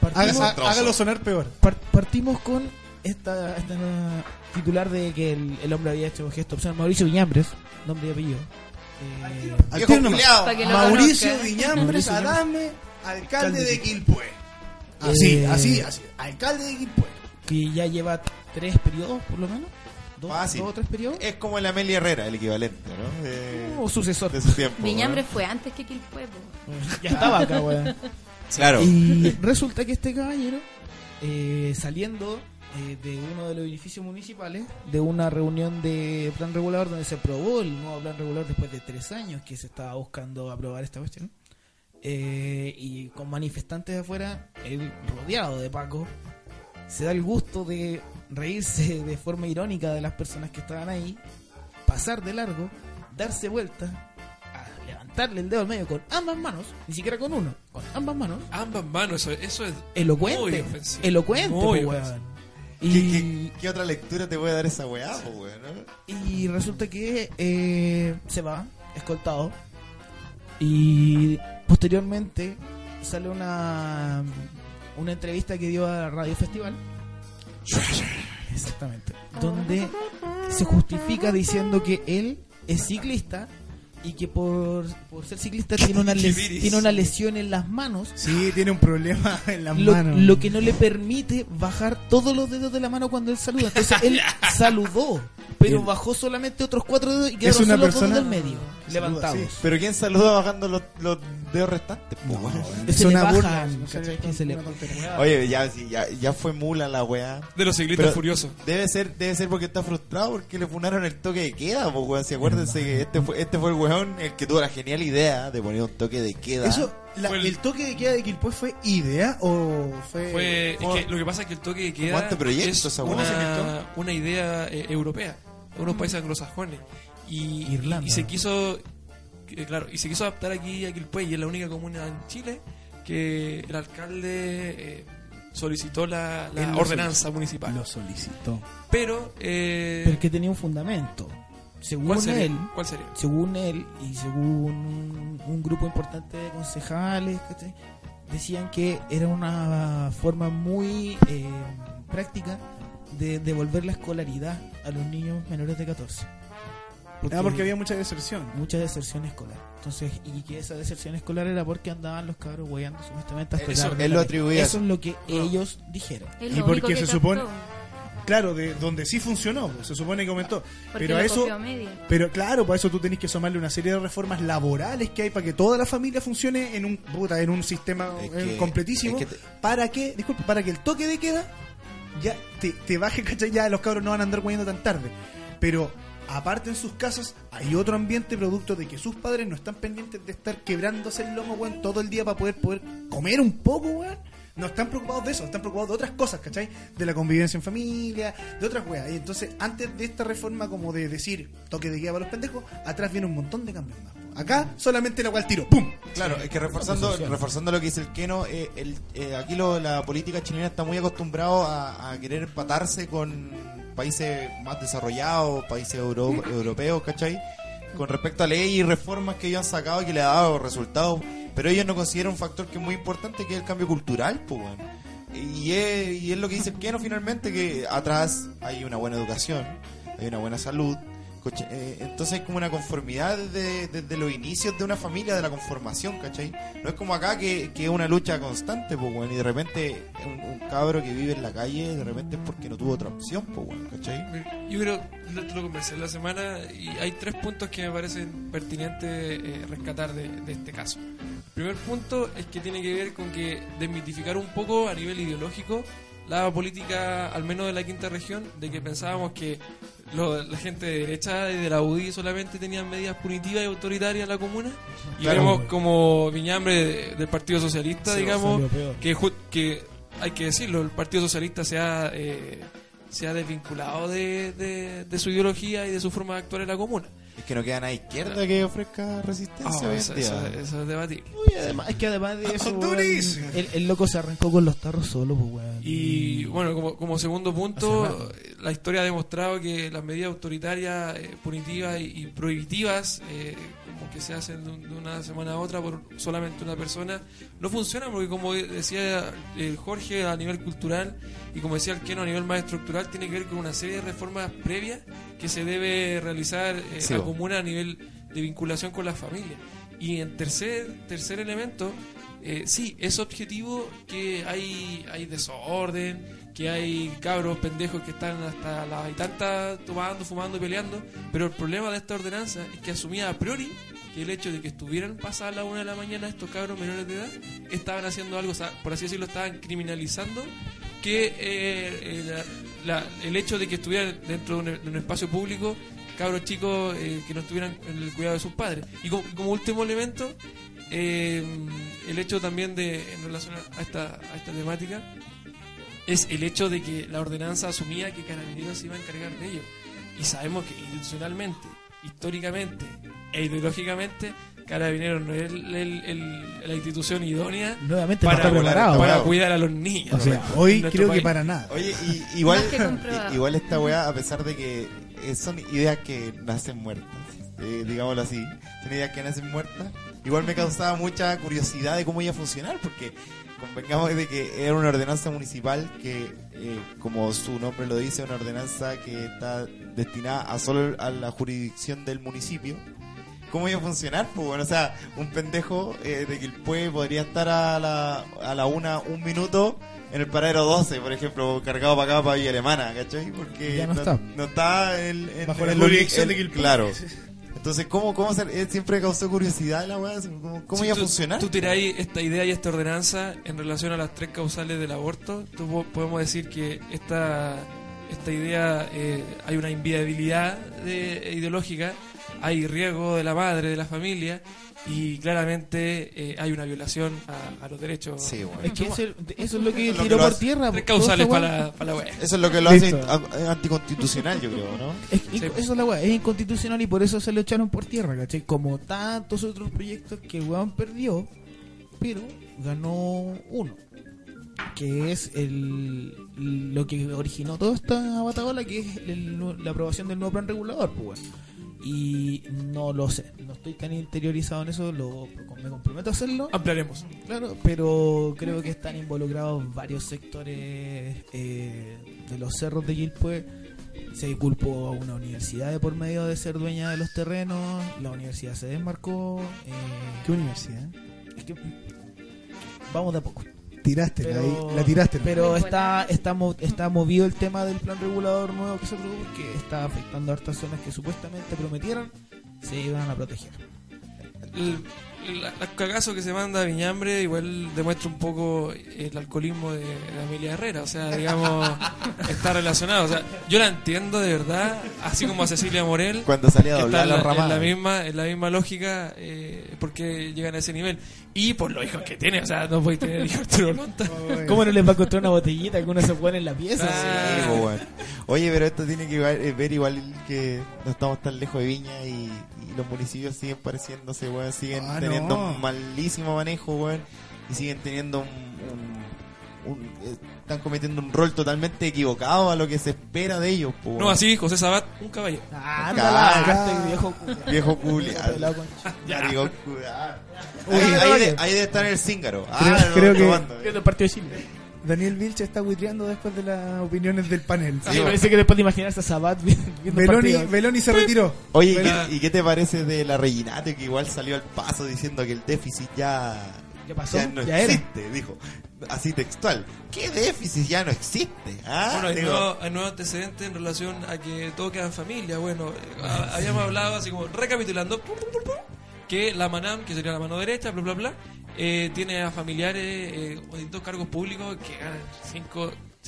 partimos, Desastroso. hágalo sonar peor. par- partimos con esta, esta nueva titular de que el, el hombre había hecho gesto opcional, Mauricio Viñambres, nombre y apellido. Eh, Al Viejo tiro nomás. culiao. Para que lo Mauricio conozca. Diñambres Mauricio Adame, alcalde de de Quilpue. Así, Eh. así, así. Alcalde de Quilpue. que ya lleva tres periodos, por lo menos. Dos, Fácil. Eh, dos o tres periodos. Es como el Amelia Herrera, el equivalente, ¿no? De, o sucesor. de su tiempo. Viñambre ¿no? fue antes que Quilpue. po. Ya estaba acá, weón. Claro. Y resulta que este caballero, eh, saliendo eh, de uno de los edificios municipales, de una reunión de plan regulador donde se aprobó el nuevo plan regulador después de tres años que se estaba buscando aprobar esta cuestión, eh, y con manifestantes afuera, él rodeado de Paco, se da el gusto de reírse de forma irónica de las personas que estaban ahí, pasar de largo, darse vuelta, a levantarle el dedo al medio con ambas manos, ni siquiera con uno, con ambas manos, Ambas manos, eso, eso es muy elocuente, ofensivo. elocuente, Muy po, ofensivo. weón. ¿Qué, Y, qué- qué otra lectura te voy a dar esa weá, po, weón? ¿no? y resulta que eh, se va, escoltado, y posteriormente sale una una entrevista que dio a Radio Festival. Exactamente. Donde se justifica diciendo que él es ciclista y que por, por ser ciclista tiene una, les- Chibiris. tiene una lesión en las manos, Sí, tiene un problema en las lo, manos. lo que no le permite bajar todos los dedos de la mano cuando él saluda. Entonces él saludó, pero Él- bajó solamente otros cuatro dedos y quedaron Es una solo los dos persona- del medio, Sin levantados. duda, sí. Pero ¿quién saluda bajando los, los dedos restantes? po, weón? Se Es le una bajan, burla, ¿cachai? ¿cachai? Que se le- Una tontería. Oye, ya, sí, ya, ya fue mula la weá. De los ciclistas Pero- furiosos. Debe ser, debe ser porque está frustrado porque le funaron el toque de queda, po, weón. Si acuérdense que este fue, este fue el weón el que tuvo la genial idea de poner un toque de queda. Eso, la- Fue el- el... toque de queda de Quilpue fue idea o fue. Fue, es Fue- que lo que pasa es que el toque de queda aguante proyecto es esa weá. una, una idea eh, europea, de unos países anglosajones. Y, Irlanda. y se quiso, eh, claro, y se quiso adaptar aquí a Quilpue, y es la única comuna en Chile que el alcalde eh, solicitó la, la Él lo ordenanza municipal. Lo solicitó. Pero, eh, Porque tenía un fundamento. ¿cuál, Según sería, él, ¿cuál sería? según él y según un grupo importante de concejales, ¿cachai? decían que era una forma muy eh, práctica de devolver la escolaridad a los niños menores de 14. Ah, porque había mucha deserción. mucha deserción escolar. Entonces, y que esa deserción escolar era porque andaban los cabros hueando supuestamente hasta Eso, tarde. él lo atribuía a Eso es lo que ellos dijeron. Es Y lo porque único que se captó, supone- Claro, de donde sí funcionó, pues, se supone que aumentó. porque Pero a lo eso. copió a media. Pero claro, para eso tú tenés que sumarle una serie de reformas laborales que hay para que toda la familia funcione en un puta, en un sistema Es eh, que- completísimo. es que te- Para que, disculpe, para que el toque de queda ya te, te baje, ¿cachai? Ya los cabros no van a andar guayando tan tarde. Pero aparte en sus casas hay otro ambiente producto de que sus padres no están pendientes de estar quebrándose el lomo, weón, todo el día para poder, poder comer un poco, weón. No están preocupados de eso, están preocupados de otras cosas, ¿cachai? De la convivencia en familia, de otras weas. Y entonces, antes de esta reforma como de decir toque de queda para los pendejos, atrás viene un montón de cambios más. Acá solamente la cual tiro, ¡pum! Claro, es que reforzando, reforzando lo que dice el Keno, eh, el- eh, aquí lo- la política chilena está muy acostumbrado a, a querer empatarse con países más desarrollados, países euro- europeos, ¿cachai? Con respecto a leyes y reformas que ellos han sacado y que le han dado resultados, pero ellos no consideran un factor que es muy importante, que es el cambio cultural, pues, bueno. Y es, y es lo que dice el Keno finalmente, que atrás hay una buena educación, hay una buena salud. coche- eh, entonces es como una conformidad desde, desde los inicios de una familia, de la conformación, ¿cachai? No es como acá que, que es una lucha constante, pues, weón, y de repente un, un cabro que vive en la calle, de repente es porque no tuvo otra opción, pues, weón, ¿cachai? Yo creo, lo, lo conversé en la semana y hay tres puntos que me parecen pertinentes eh, rescatar de, de este caso. El primer punto es que tiene que ver con que desmitificar un poco a nivel ideológico la política, al menos de la quinta región, de que pensábamos que lo- la gente de derecha y de la UDI solamente tenían medidas punitivas y autoritarias en la comuna. Y Claro. vemos como Viñambre de- del Partido Socialista, Sí, digamos, salió peor. que, ju- que hay que decirlo, el Partido Socialista se ha, eh, se ha desvinculado de, de- de su ideología y de su forma de actuar en la comuna. Es que no queda nadie izquierda que ofrezca resistencia Ah, hoy en eso, día. eso- eso es debatible. Uy, además, es que además de eso, weón, Ah, Durísimo. el, el loco se arrancó con los tarros solo, pues, weón. Y bueno, como, como segundo Hace punto, rato. eh, la historia ha demostrado que las medidas autoritarias, eh, punitivas y, y prohibitivas, eh, como que se hacen de, un- de una semana a otra por solamente una persona, no funcionan porque como de- decía eh, Jorge a nivel cultural y como decía el Keno a nivel más estructural, tiene que ver con una serie de reformas previas que se debe realizar eh, Sí, la bo. comuna a nivel de vinculación con la familia. Y en tercer, tercer elemento, eh, sí, es objetivo que hay, hay desorden, que hay cabros pendejos que están hasta las y tantas tomando, fumando y peleando, pero el problema de esta ordenanza es que asumía a priori que el hecho de que estuvieran pasada la una de la mañana estos cabros menores de edad estaban haciendo algo, o sea, por así decirlo, estaban criminalizando que eh, eh, la- la- el hecho de que estuvieran dentro de un, de un espacio público cabros chicos eh, que no estuvieran en el cuidado de sus padres. Y como, y como último elemento, eh, el hecho también de, en relación a esta, a esta temática, es el hecho de que la ordenanza asumía que Carabineros se iba a encargar de ello. Y sabemos que institucionalmente, históricamente e ideológicamente, Carabineros no es el- el- el- la institución idónea Nuevamente no para, está preparado. para Bravo. cuidar a los niños. O sea, En hoy nuestro creo que país. para nada. Oye, y, igual, Más que comprobado. i- igual esta weá, a pesar de que eh, son ideas que nacen muertas, eh, digámoslo así, son ideas que nacen muertas, igual me causaba mucha curiosidad de cómo iba a funcionar, porque convengamos de que era una ordenanza municipal que, eh, como su nombre lo dice, una ordenanza que está destinada a solo a la jurisdicción del municipio cómo iba a funcionar. Pues bueno, o sea, un pendejo eh, de Quilpue podría estar a la, a la una, un minuto en el paradero 12, por ejemplo, cargado para acá, para Villa Alemana, ¿cachai? Porque Ya no está. no está el, en- Bajo en la el- jurisdicción el- de Quilpue. Claro. Entonces, ¿cómo, cómo hacer? Eh, siempre causó curiosidad la weá, así, ¿cómo, cómo Si iba a tú- funcionar? Tú tiráis esta idea y esta ordenanza en relación a las tres causales del aborto. Tú po- podemos decir que esta, esta idea eh, hay una inviabilidad de- eh, ideológica, hay riesgo de la madre, de la familia y claramente eh, hay una violación a, a los derechos. Sí, bueno. Es que eso, eso es lo que Eso es lo tiró que lo por hace. tierra. Tres po. Toda causales esa weá. para, la- para la wea. Eso es lo que lo Listo. hace int- a- anticonstitucional, yo creo, ¿no? Es, Sí. Eso es la weá, es inconstitucional y por eso se lo echaron por tierra, ¿cachai? Como tantos otros proyectos que el weón perdió, pero ganó uno. Que es el lo que originó toda esta batagola, que es el nu- la aprobación del nuevo plan regulador, pues weón. Y no lo sé, no estoy tan interiorizado en eso, lo, me comprometo a Ah, hacerlo. Ampliaremos. Claro, pero creo que están involucrados varios sectores eh, de los cerros de Quilpue. Se culpó a una universidad de por medio de ser dueña de los terrenos. La universidad se desmarcó. ¿Qué eh, universidad? es que- vamos de a poco. Tiraste Pero- ahí, la tiraste. Pero Muy está, buena. está, mo- está movido el tema del plan regulador nuevo que se aprobó, que está afectando a hartas zonas que supuestamente prometieron se iban a proteger. Eh. el, la- la cagazo que se manda a Viñambre igual demuestra un poco el alcoholismo de, de Amelia Herrera, o sea, digamos, está relacionado. O sea, yo la entiendo de verdad, así como a Cecilia Morel, Cuando salía a que está doblar en la, la, en ramada. la misma, en la misma lógica eh, porque llegan a ese nivel. Y por los hijos que tiene, o sea, no podéis tener hijos Arturo Lonta. Oh, ¿Cómo no les va a encontrar una botellita que uno se pone en la pieza? Sí, Ah. pues, bueno. Oye, pero esto tiene que ver, eh, ver igual que no estamos tan lejos de Viña y, y los municipios siguen pareciéndose, weón, siguen Ah, teniendo no. un malísimo manejo, weón, y siguen teniendo un... un- un- eh, están cometiendo un rol totalmente equivocado a lo que se espera de ellos, pues, No, weón. así José Sabat, un caballero. Ah, Claro. Ándala, este viejo culiao. Viejo culiao. Pelado con ch- Ya. Digo, cuidado. Uy, ahí, ahí oye. de- ahí debe estar el cíngaro. Ah, Creo- lo- creo lo que- mando, eh. Viendo el partido de Chile. Daniel Vilche está buitreando después de las opiniones del panel. Sí, Sí, parece que después de imaginarse a Sabat vi- Beloni, viendo el partido. Beloni se retiró. Oye, ¿y Bueno. qué- ¿y qué te parece de la Reginato que igual salió al paso diciendo que el déficit ya ¿Qué pasó? Ya no Ya era. existe, dijo. Así textual. ¿Qué déficit ya no existe? Ah, Bueno, hay Digo, nuevos hay nuevos antecedentes en relación a que todo queda en familia. Bueno, eh, a- habíamos hablado así como recapitulando pum, pum, pum, pum, que la Manam, que sería la mano derecha, bla, bla, bla, eh, tiene a familiares eh, o distintos cargos públicos que ganan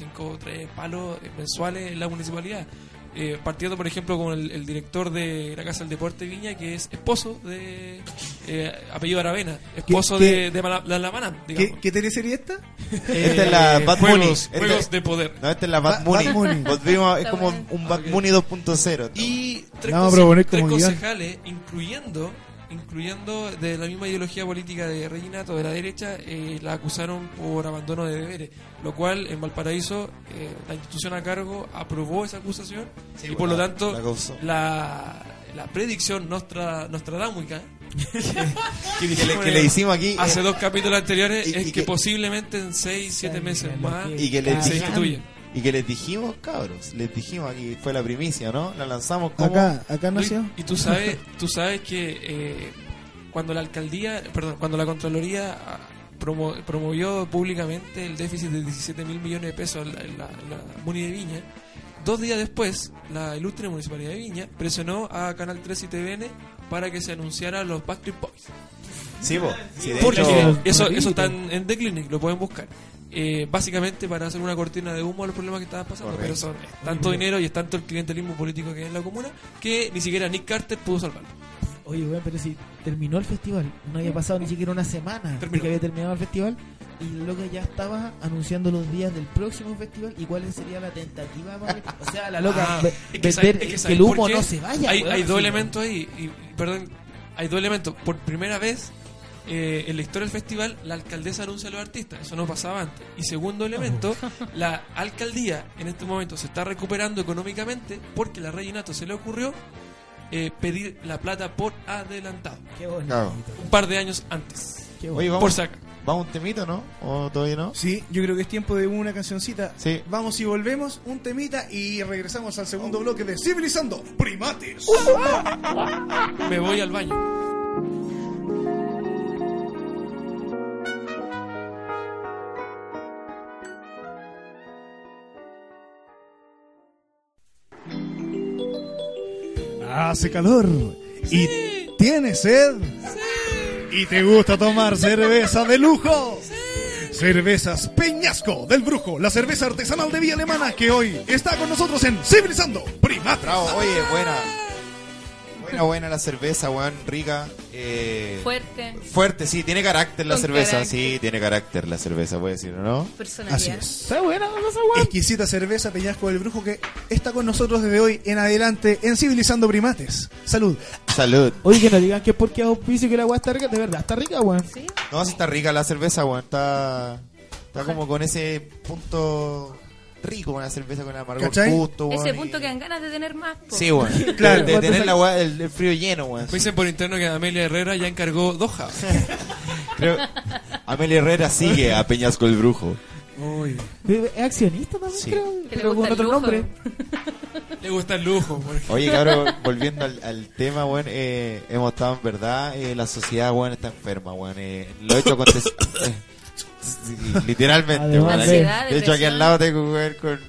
5 o 3 palos eh, mensuales en la municipalidad. Eh, partiendo, por ejemplo, con el, el director de la Casa del Deporte de Viña, que es esposo de. eh, apellido Aravena, esposo qué- de, de Mala- la, la Manam, digamos. Eh, ¿Qué, ¿Qué tele sería esta? Esta es la Bad Bunny. juegos, Esta- juegos de poder. No, esta es la Bad Ba- Bunny. Bad Bunny. Volvimos- es Está como bueno. un Bad Ok. Bunny 2.0. y tres, vamos a conce- proponer tres como guión. concejales, incluyendo incluyendo de la misma ideología política de Reginato de la derecha, eh, la acusaron por abandono de deberes, lo cual en Valparaíso eh, la institución a cargo aprobó esa acusación Sí, y bueno, por lo la- tanto la causó. la, la predicción nostra, nostradamuica que, que, le, dijimos que le hicimos aquí. hace eh, dos capítulos anteriores y- es y que, que- posiblemente en 6, 7 meses más y que le Ah, se ya. dijimos, instituye. y que les dijimos, cabros, les dijimos aquí, fue la primicia, ¿no? La lanzamos como Acá, acá Luis, nació. Y tú sabes, tú sabes que eh, cuando la alcaldía, perdón, cuando la Contraloría ah, promo- promovió públicamente el déficit de 17 mil millones de pesos en la, en la, en la Muni de Viña, dos días después, la ilustre municipalidad de Viña presionó a Canal 3 y TVN para que se anunciara los Backstreet Boys. Sí, po. Sí, de Porque hecho, eso, Maravilla. eso está en, en The Clinic, lo pueden buscar. Eh, básicamente para hacer una cortina de humo a los problemas que estaban pasando. Correcto. Pero son es tanto dinero y es tanto el clientelismo político que hay en la comuna que ni siquiera Nick Carter pudo salvarlo. Oye, weón, pero si terminó el festival, no había pasado ni siquiera una semana de Terminó. que había terminado el festival y lo que ya estaba anunciando los días del próximo festival y cuál sería la tentativa para que- o sea, la loca Ah, ve- es ve- que sabe- ver es que que, sabe el humo por qué no se vaya. Hay, weón, hay así, dos weón. elementos ahí, y- perdón, hay dos elementos. Por primera vez, eh, el lector del festival, la alcaldesa anuncia a los artistas, eso no pasaba antes. Y segundo elemento, Oh. la alcaldía en este momento se está recuperando económicamente porque a la Reginato se le ocurrió eh, pedir la plata por adelantado, Qué bonito. Claro. un par de años antes. Qué Oye, bonito. vamos, Por saca. ¿Vamos a un temito, no? ¿O todavía no? Sí, yo creo que es tiempo de una cancioncita. Sí. Vamos y volvemos, un temita y regresamos al segundo bloque de Civilizando Primates. Me voy al baño. Hace calor y tienes sed. Y te gusta tomar cerveza de lujo. Cervezas Peñasco del Brujo, la cerveza artesanal de Vía Alemana que hoy está con nosotros en Civilizando Primates. Bravo, oye, buena. Buena, buena la cerveza, weón, rica. eh, Fuerte, fuerte, sí, tiene carácter la Con cerveza. carácter. Sí, tiene carácter la cerveza, voy a decir, ¿no? Así personalidad. es. Está buena esa weá. Exquisita cerveza Peñasco del Brujo que está con nosotros desde hoy en adelante en Civilizando Primates. Salud. Salud. Oye, que no digan que es porque es auspicio que la weá está rica. De verdad, está rica, weón. Sí, No, sí está rica la cerveza, weón. Está, está como con ese punto rico con la cerveza, con el amargor ¿Cachai? justo, weón. ese y- punto que dan ganas de tener más. po. Sí, weón. Claro. Pues De, de tener la weá, el, el frío lleno, weón. Me dicen por interno que Amelia Herrera ya encargó dos jabas. Creo... Amelia Herrera sigue a Peñasco el Brujo. Es accionista también, Sí. creo. Que le Pero con gusta el otro lujo. nombre. Le gusta el lujo. porque- Oye, cabrón, volviendo al, al tema, weón, eh, hemos estado en verdad, eh, la sociedad, weón, está enferma, weón. eh, lo he hecho acontecer. eh, sí, literalmente, Además weón. de- aquí- de hecho, aquí al lado tengo que ver con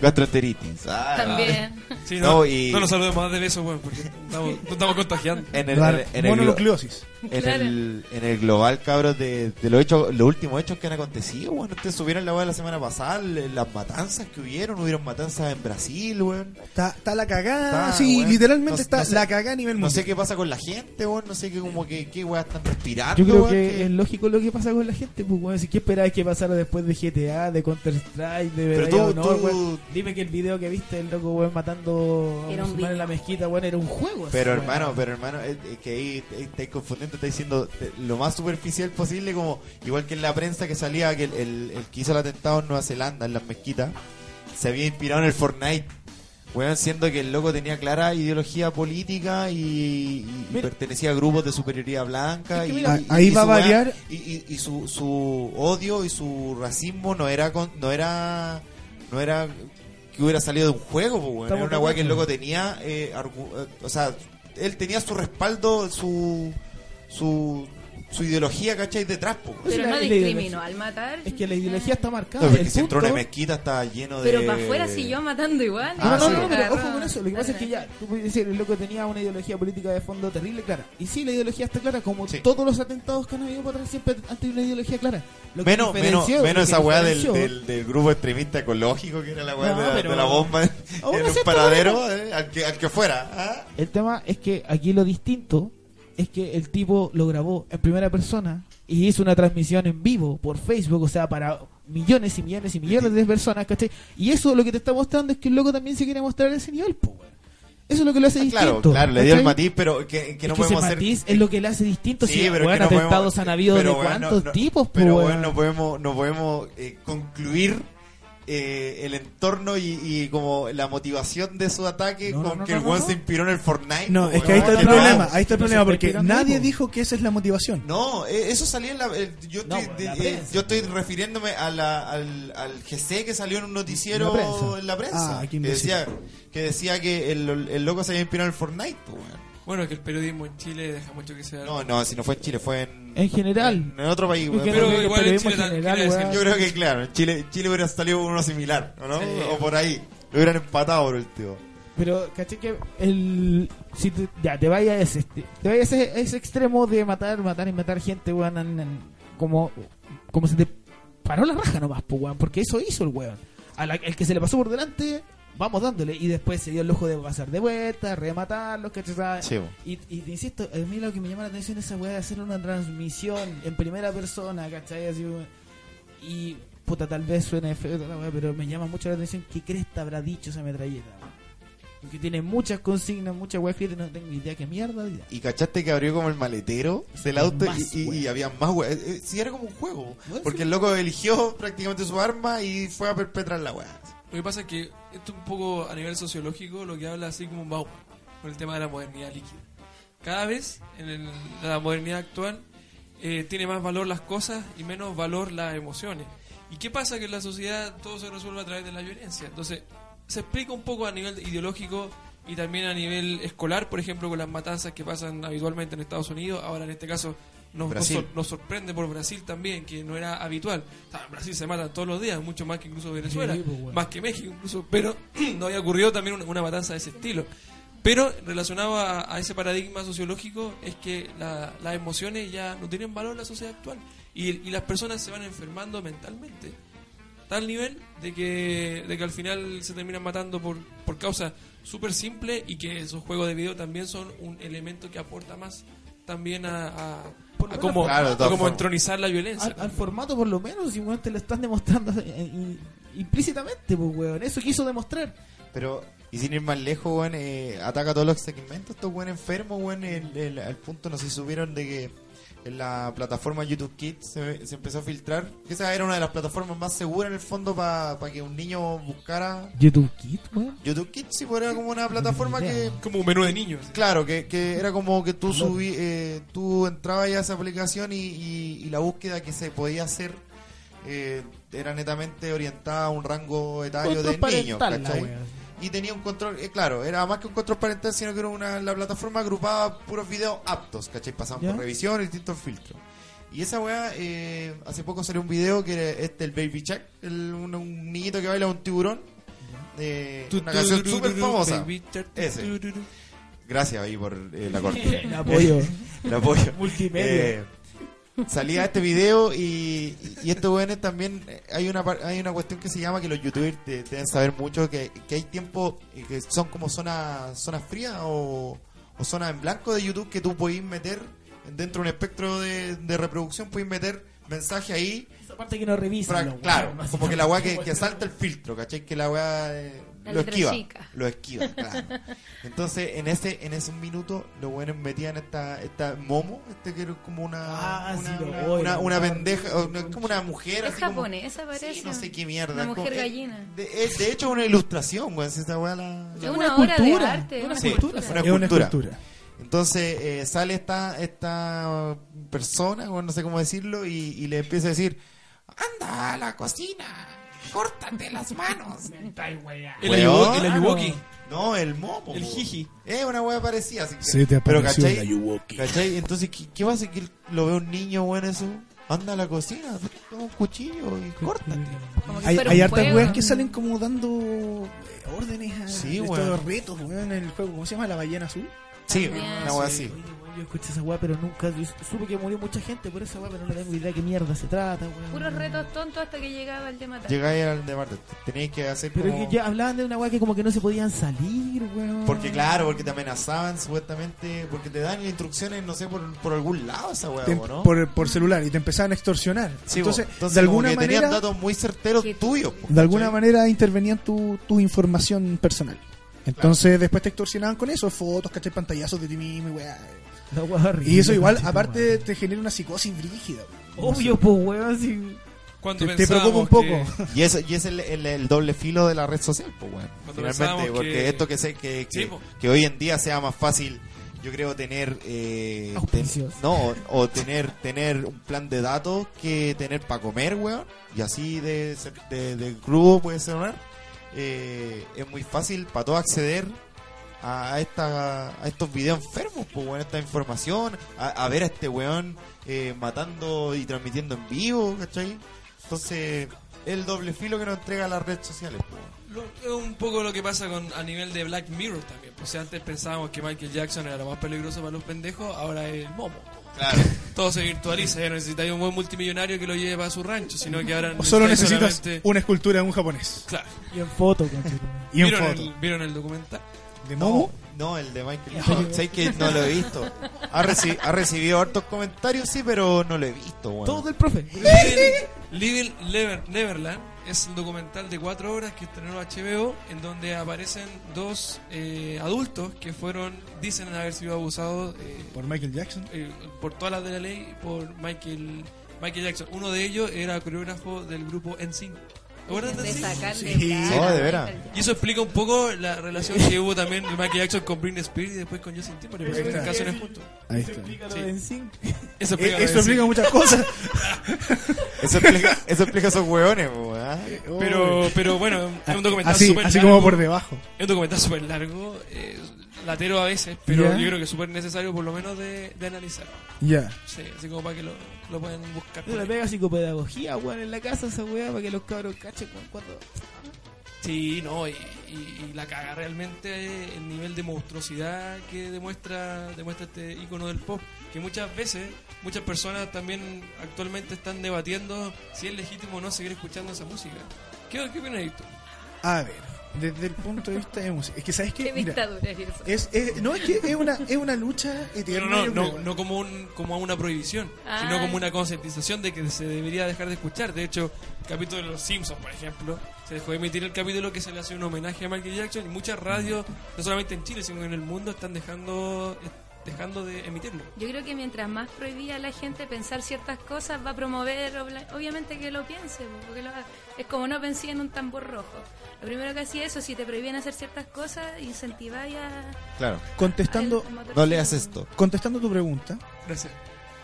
gastroenteritis. Ah, También. Sí, No, no, y- no nos saludemos más de besos, weón, porque estamos, nos estamos contagiando. En el, en, el- en el, glo- Mononucleosis. en Claro. el, en el global, cabros, de, de los, hechos, los últimos hechos que han acontecido, weón. Ustedes subieron la weón la semana pasada, le- las matanzas que hubieron, hubieron matanzas en Brasil, weón. Está, está la cagada. Está, sí, weón. literalmente No- está no sé- la cagada a nivel No sé mundial. qué pasa con la gente, weón. No sé qué, como que, qué weón están respirando, Yo creo weón, que, Ah, que- es lógico lo que pasa con la gente, pues, weón. Si ¿Qué esperabas que pasara después de GTA, de Counter-Strike, de Pero Medalla tú- de Honor, tú- weón? Dime que el video que viste, el loco, weón, matando a Era un musulmanes en la video. mezquita, weón, era un juego. así, Pero weón. hermano, pero hermano, es, es que ahí te- estáis confundiendo, estáis diciendo te- lo más superficial posible, como igual que en la prensa que salía que el, el- el que hizo el atentado en Nueva Zelanda, en las mezquitas, se había inspirado en el Fortnite. Weón, siendo que el loco tenía clara ideología política y, y- y Mira. pertenecía a grupos de superioridad blanca. Es que y- mira, y, ahí y va su a weá- variar. Y, y- y su, su odio y su racismo no era, con- no era, no era que hubiera salido de un juego, pues, weón. Era Estamos una weá que el de loco tenía, eh, argu- eh, o sea, él tenía su respaldo, su su, su ideología, ¿cachai? Detrás, pues, weón. Es Pero la- no es la ideología. discriminó al matar. Es que la ideología está marcada. No, el porque si entró punto- una mezquita está lleno de... Pero para afuera siguió matando igual. No, Ah, no, sí. no, no, pero Agarró- ojo con eso. Lo que pasa es que ya, tú puedes decir, el loco tenía una ideología política de fondo terrible, clara. Y sí, la ideología está clara, como Sí. todos los atentados que han habido para atrás siempre han tenido una ideología clara. Lo que Menos, menos, diferenció- menos lo que esa weá del, diferenció- del, del grupo extremista ecológico que era la weá No, de, la- pero- de la bomba en Aún en así un está paradero, eh, al, que, al que fuera. ¿ah? El tema es que aquí lo distinto es que el tipo lo grabó en primera persona y hizo una transmisión en vivo por Facebook, o sea, para millones y millones y millones de personas, ¿cachai? Y eso lo que te está mostrando es que el loco también se quiere mostrar ese nivel, po, weón. Eso es lo que lo hace Ah, claro, distinto. claro, le dio el ¿cachai? matiz, pero que, que no es que ese podemos hacer... matiz es lo que le hace distinto. Sí, si, pero es que weón, no podemos- atentados han habido pero, de weón, cuántos no- no- tipos, po, Pero weón. bueno, no podemos, no podemos eh, concluir eh, el entorno y, y como la motivación de su ataque No, no, con no, que no, el no, weón no. se inspiró en el Fortnite. No, po, es que ahí está el weón, no. problema. Ahí está el no se problema porque inspiran nadie mismo. dijo que esa es la motivación. No, eh, eso salía en la. eh, yo, No, estoy, en la eh, prensa. yo estoy refiriéndome a la, al, al GC que salió en un noticiero En la prensa. en la prensa. Ah, qué que, imbécil. decía, que decía que el, el loco se había inspirado en el Fortnite. po, weón. Bueno, que el periodismo en Chile deja mucho que sea. No, no, si no fue en Chile, fue en. En general. En, en otro país, Es weón. que Pero no, igual en periodismo Chile tan- general, quiere decir, weón. Yo creo que claro, en Chile, Chile hubiera salido uno similar, ¿o ¿no? Sí. o por ahí. Lo hubieran empatado por último. Pero, caché que el. Si tú- ya, te vayas a ese, este- te vayas a ese, a ese extremo de matar, matar y matar gente, weón. en- en- como, como se te paró la raja nomás, po, weón. Porque eso hizo el weón. A la- el que se le pasó por delante, vamos dándole. Y después se dio el ojo de pasar de vuelta, rematarlos, caché, ¿sabes? Sí, po. Y, y te insisto, a mí lo que me llama la atención es esa weá de hacer una transmisión en primera persona, ¿cachai? Así, weón. y puta, tal vez suene feo, toda la weá, pero me llama mucho la atención qué cresta habrá dicho esa metralleta. weón. Porque tiene muchas consignas, muchas weas escritas, no tengo idea qué mierda. dirá. Y cachaste que abrió como el maletero del auto Más, y, y- y weón. había más weón. Sí, era como un juego. Weón, Porque sí. el loco eligió prácticamente su arma y fue a perpetrar la weá. Lo que pasa es que esto un poco a nivel sociológico lo que habla así como Bauman con el tema de la modernidad líquida. Cada vez en el- la modernidad actual eh, tiene más valor las cosas y menos valor las emociones. ¿Y qué pasa? Que en la sociedad todo se resuelve a través de la violencia. Entonces, se explica un poco a nivel ideológico y también a nivel escolar, por ejemplo, con las matanzas que pasan habitualmente en Estados Unidos. Ahora, en este caso, nos, nos Brasil. sor- nos sorprende por Brasil también, que no era habitual. O sea, en Brasil se matan todos los días, mucho más que incluso Venezuela, Sí, pues, bueno. más que México incluso, pero no había ocurrido también una, una matanza de ese estilo. Pero relacionado a, a ese paradigma sociológico es que la- las emociones ya no tienen valor en la sociedad actual y, y las personas se van enfermando mentalmente. Tal nivel de que, de que al final se terminan matando por, por causas súper simples y que esos juegos de video también son un elemento que aporta más también a, a, a cómo, Claro, de a todas cómo formas. entronizar la violencia. Al, al formato por lo menos, si weón, te lo están demostrando eh, eh, implícitamente, pues weón. Eso quiso demostrar. Pero, y sin ir más lejos, weón, eh, ataca a todos los segmentos, estos weón enfermos, weón, el, el- al punto, no sé si supieron de que en la plataforma YouTube Kids se, se empezó a filtrar. que Esa era una de las plataformas más seguras en el fondo para que un niño buscara. YouTube Kid, weón. YouTube Kids, sí, pues, era como una plataforma idea, que... weón. Como un menú de niños. Claro, que, que era como que tú subí, eh, tú entrabas ya a esa aplicación y, y- y la búsqueda que se podía hacer eh, era netamente orientada a un rango etario de niños, Contraparental, la ¿cachai? weá. Y tenía un control, eh, claro, era más que un control parental, sino que era una, la plataforma agrupaba puros videos aptos, ¿cachai? Pasaban ¿Ya? por revisión, distintos filtros. Y esa weá, eh, hace poco salió un video que era este, el Baby Jack, el- un, un niñito que baila un tiburón. eh, Tu, una tu, canción ru, súper ru, famosa. baby, cha, tu, Ese. tu, ru, ru. Gracias ahí por eh, la corte. El apoyo. el apoyo. Multimedia. Eh, salía este video y, y estos weones también. eh, Hay una par- hay una cuestión que se llama que los youtubers te- deben saber mucho que, que hay tiempo eh, que son como zonas zonas frías o, o zonas en blanco de YouTube que tú podés meter dentro de un espectro de, de reproducción, podés meter mensaje ahí. Esa parte que no revisan. fra- los weones, claro, básicamente. como que la weá que, que salta el filtro, ¿cachai? Que la weá eh, La lo letra esquiva. chica. Lo esquiva, claro. Entonces, en ese, en ese minuto, los buenos metían esta, esta momo, este que era como una, Ah, una, sí, lo una, voy, una- lo una voy. pendeja, o no, es como una mujer Es así como- japonesa, parece. Sí, no sé qué mierda. Una es como- mujer es- gallina. de, es, de hecho, una ilustración, weón. si Esa weá la. Es la- Una una, obra de cultura, arte. una Una Sí, cultura. una Es una escultura. escultura. Entonces eh, sale esta, esta persona, o no sé cómo decirlo, y, y le empieza a decir, anda a la cocina, córtate las manos. El Weón. ayuwoki, el ayuwoki, No, el momo. el po. jiji. Es una wea parecida. Así que, Se te pero apareció ¿cachai? un ayuwoki. ¿Cachai? Entonces, ¿qué, qué pasa que lo ve un niño bueno eso? Anda a la cocina, toma un cuchillo y córtate. Como que Hay, fuera hay un hartas juego. weas que salen como dando eh, órdenes a Sí, estos weón. retos, weón, en el juego. ¿Cómo se llama? ¿La ballena azul? Sí, Ah, una wea así. Oye, weón, Yo escuché esa weá, pero nunca. yo supe que murió mucha gente por esa weá, pero no tengo idea de qué mierda se trata, weón. Puros retos tontos hasta que llegaba el de matar. Llegáis al de Marte, tenéis que hacer Pero Oh. como... que ya hablaban de una weá que como que no se podían salir, weón. Porque claro, porque te amenazaban supuestamente, porque te dan instrucciones, no sé, por, por algún lado esa wea, Te- po, ¿no? por, por celular y te empezaban a extorsionar. Sí, po. entonces, entonces, de como alguna que manera, tenían datos muy certeros Que- tuyos. po, de alguna ¿cachai? manera intervenían tu, tu información personal. Entonces, después te extorsionaban con eso, fotos, ¿cachai? Pantallazos de ti mismo, y weá. La weá horrible, Y eso igual, conchito, aparte, weón. te genera una psicosis brígida. weón. Obvio, pues weón, si. Cuando Te, te preocupa pensábamos un poco. que- Y es, y es el, el- el doble filo de la red social, pues, weón. Cuando pensábamos Finalmente, porque que- esto que sé que, que, Sí, po. que hoy en día sea más fácil, yo creo tener eh, Auspicios. no o, o tener tener un plan de datos que tener para comer, weón. Y así de ser- de, de crudo puede ser, weón. Eh, es muy fácil para todos acceder a esta a estos videos enfermos, pues, weón, esta información, a, a ver a este weón eh, matando y transmitiendo en vivo, ¿cachai? Entonces, el doble filo que nos entrega las redes sociales, pues, weón. Lo- es un poco lo que pasa con a nivel de Black Mirror también. O sea, antes pensábamos que Michael Jackson era lo más peligroso para los pendejos, ahora es el momo. Claro. Todo se virtualiza, ya no necesitáis un buen multimillonario que lo lleve para su rancho, sino que ahora O solo necesitáis necesitas solamente- una escultura de un japonés. Claro. Y en foto, conchito. Y un ¿Vieron, foto. El, ¿Vieron el documental? ¿De No, Momo? no, el de Michael Jackson. Sé que no lo he visto. Ha, reci- ha recibido hartos comentarios, sí, pero no lo he visto, weón. Todo del profe. Living, Living Lever- Neverland es un documental de cuatro horas que estrenó HBO en donde aparecen dos eh, adultos que fueron, dicen haber sido abusados eh, Por Michael Jackson. eh, por todas las de la ley por Michael Michael Jackson. Uno de ellos era coreógrafo del grupo NSYNC. Acuérdate, de sí. sacarle Sí. plata, Oh, de veras. Michael Y eso explica un poco la relación que hubo también de Michael Jackson con Britney Spears y después con Justin Timberlake, porque Ahí sus está. canciones juntos. Ahí está. Lo de NSYNC. Eso Eh, explica. Eso explica muchas cosas. Eso explica, eso explica esos hueones, po, ¿ah? Pero, pero bueno, es un documental Ah, así, súper así largo. como por debajo. Es un documental súper largo, eh, latero a veces, pero Ya. yo creo que es súper necesario por lo menos de, de analizar. Ya. Sí, así como para que lo, lo puedan buscar. por Yo le ahí. pega psicopedagogía, weón, en la casa esa weá para que los cabros cachen, weón, cuando... Sí, no, y, y- y la caga realmente el nivel de monstruosidad que demuestra, demuestra este icono del pop, que muchas veces, muchas personas también actualmente están debatiendo si es legítimo o no seguir escuchando esa música. ¿Qué, qué opinas de esto? A ver, desde el punto de vista de música. Es que, ¿sabes qué? Qué Mira, dictadura es eso. es, es- no, es que es una, es una lucha No, eterna. no, yo no, creo. no como, un, como una prohibición, Ah. sino como una concientización de que se debería dejar de escuchar. De hecho, el capítulo de Los Simpsons, por ejemplo, se dejó de emitir el capítulo que se le hace un homenaje a Michael Jackson y muchas radios, no solamente en Chile, sino en el mundo, están dejando, dejando de emitirlo. Yo creo que mientras más prohibía a la gente pensar ciertas cosas, va a promover, obla- obviamente que lo piense, po, porque lo haga. es como no pensé en un tambor rojo. Lo primero que hacía eso, si te prohibían hacer ciertas cosas, incentivar ya... Claro. Contestando, No leas esto. contestando tu pregunta. Gracias.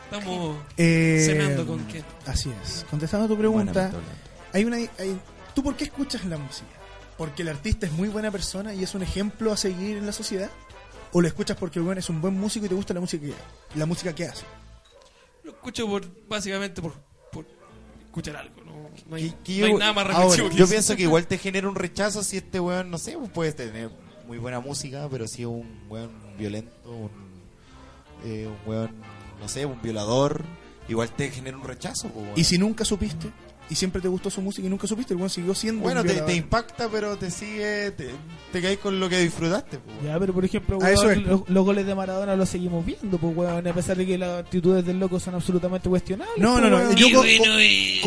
Estamos eh, cenando con qué. Así es. Contestando tu Buena pregunta, pistola. hay una, hay- ¿tú por qué escuchas la música? ¿Porque el artista es muy buena persona y es un ejemplo a seguir en la sociedad? ¿O lo escuchas porque el weón es un buen músico y te gusta la música que, la música que hace? Lo escucho por, básicamente por, por escuchar algo. No, no hay, Que- que no hay yo- nada más ahora, repetitivo que Yo eso. pienso que igual te genera un rechazo si este weón, no sé, pues, puede tener muy buena música, pero si es un weón violento, un, eh, un weón, no sé, un violador, igual te genera un rechazo. pues, weón. Y si nunca supiste, y siempre te gustó su música y nunca supiste, el weón siguió siendo. Bueno, un te, violador. te impacta, pero te sigue, te, te caes con lo que disfrutaste. pues, weón. Ya, pero por ejemplo, A weón, eso es. los, los goles de Maradona los seguimos viendo, pues weón, a pesar de que las actitudes del loco son absolutamente cuestionables. No, pues, no, no. weón. Yo con, con-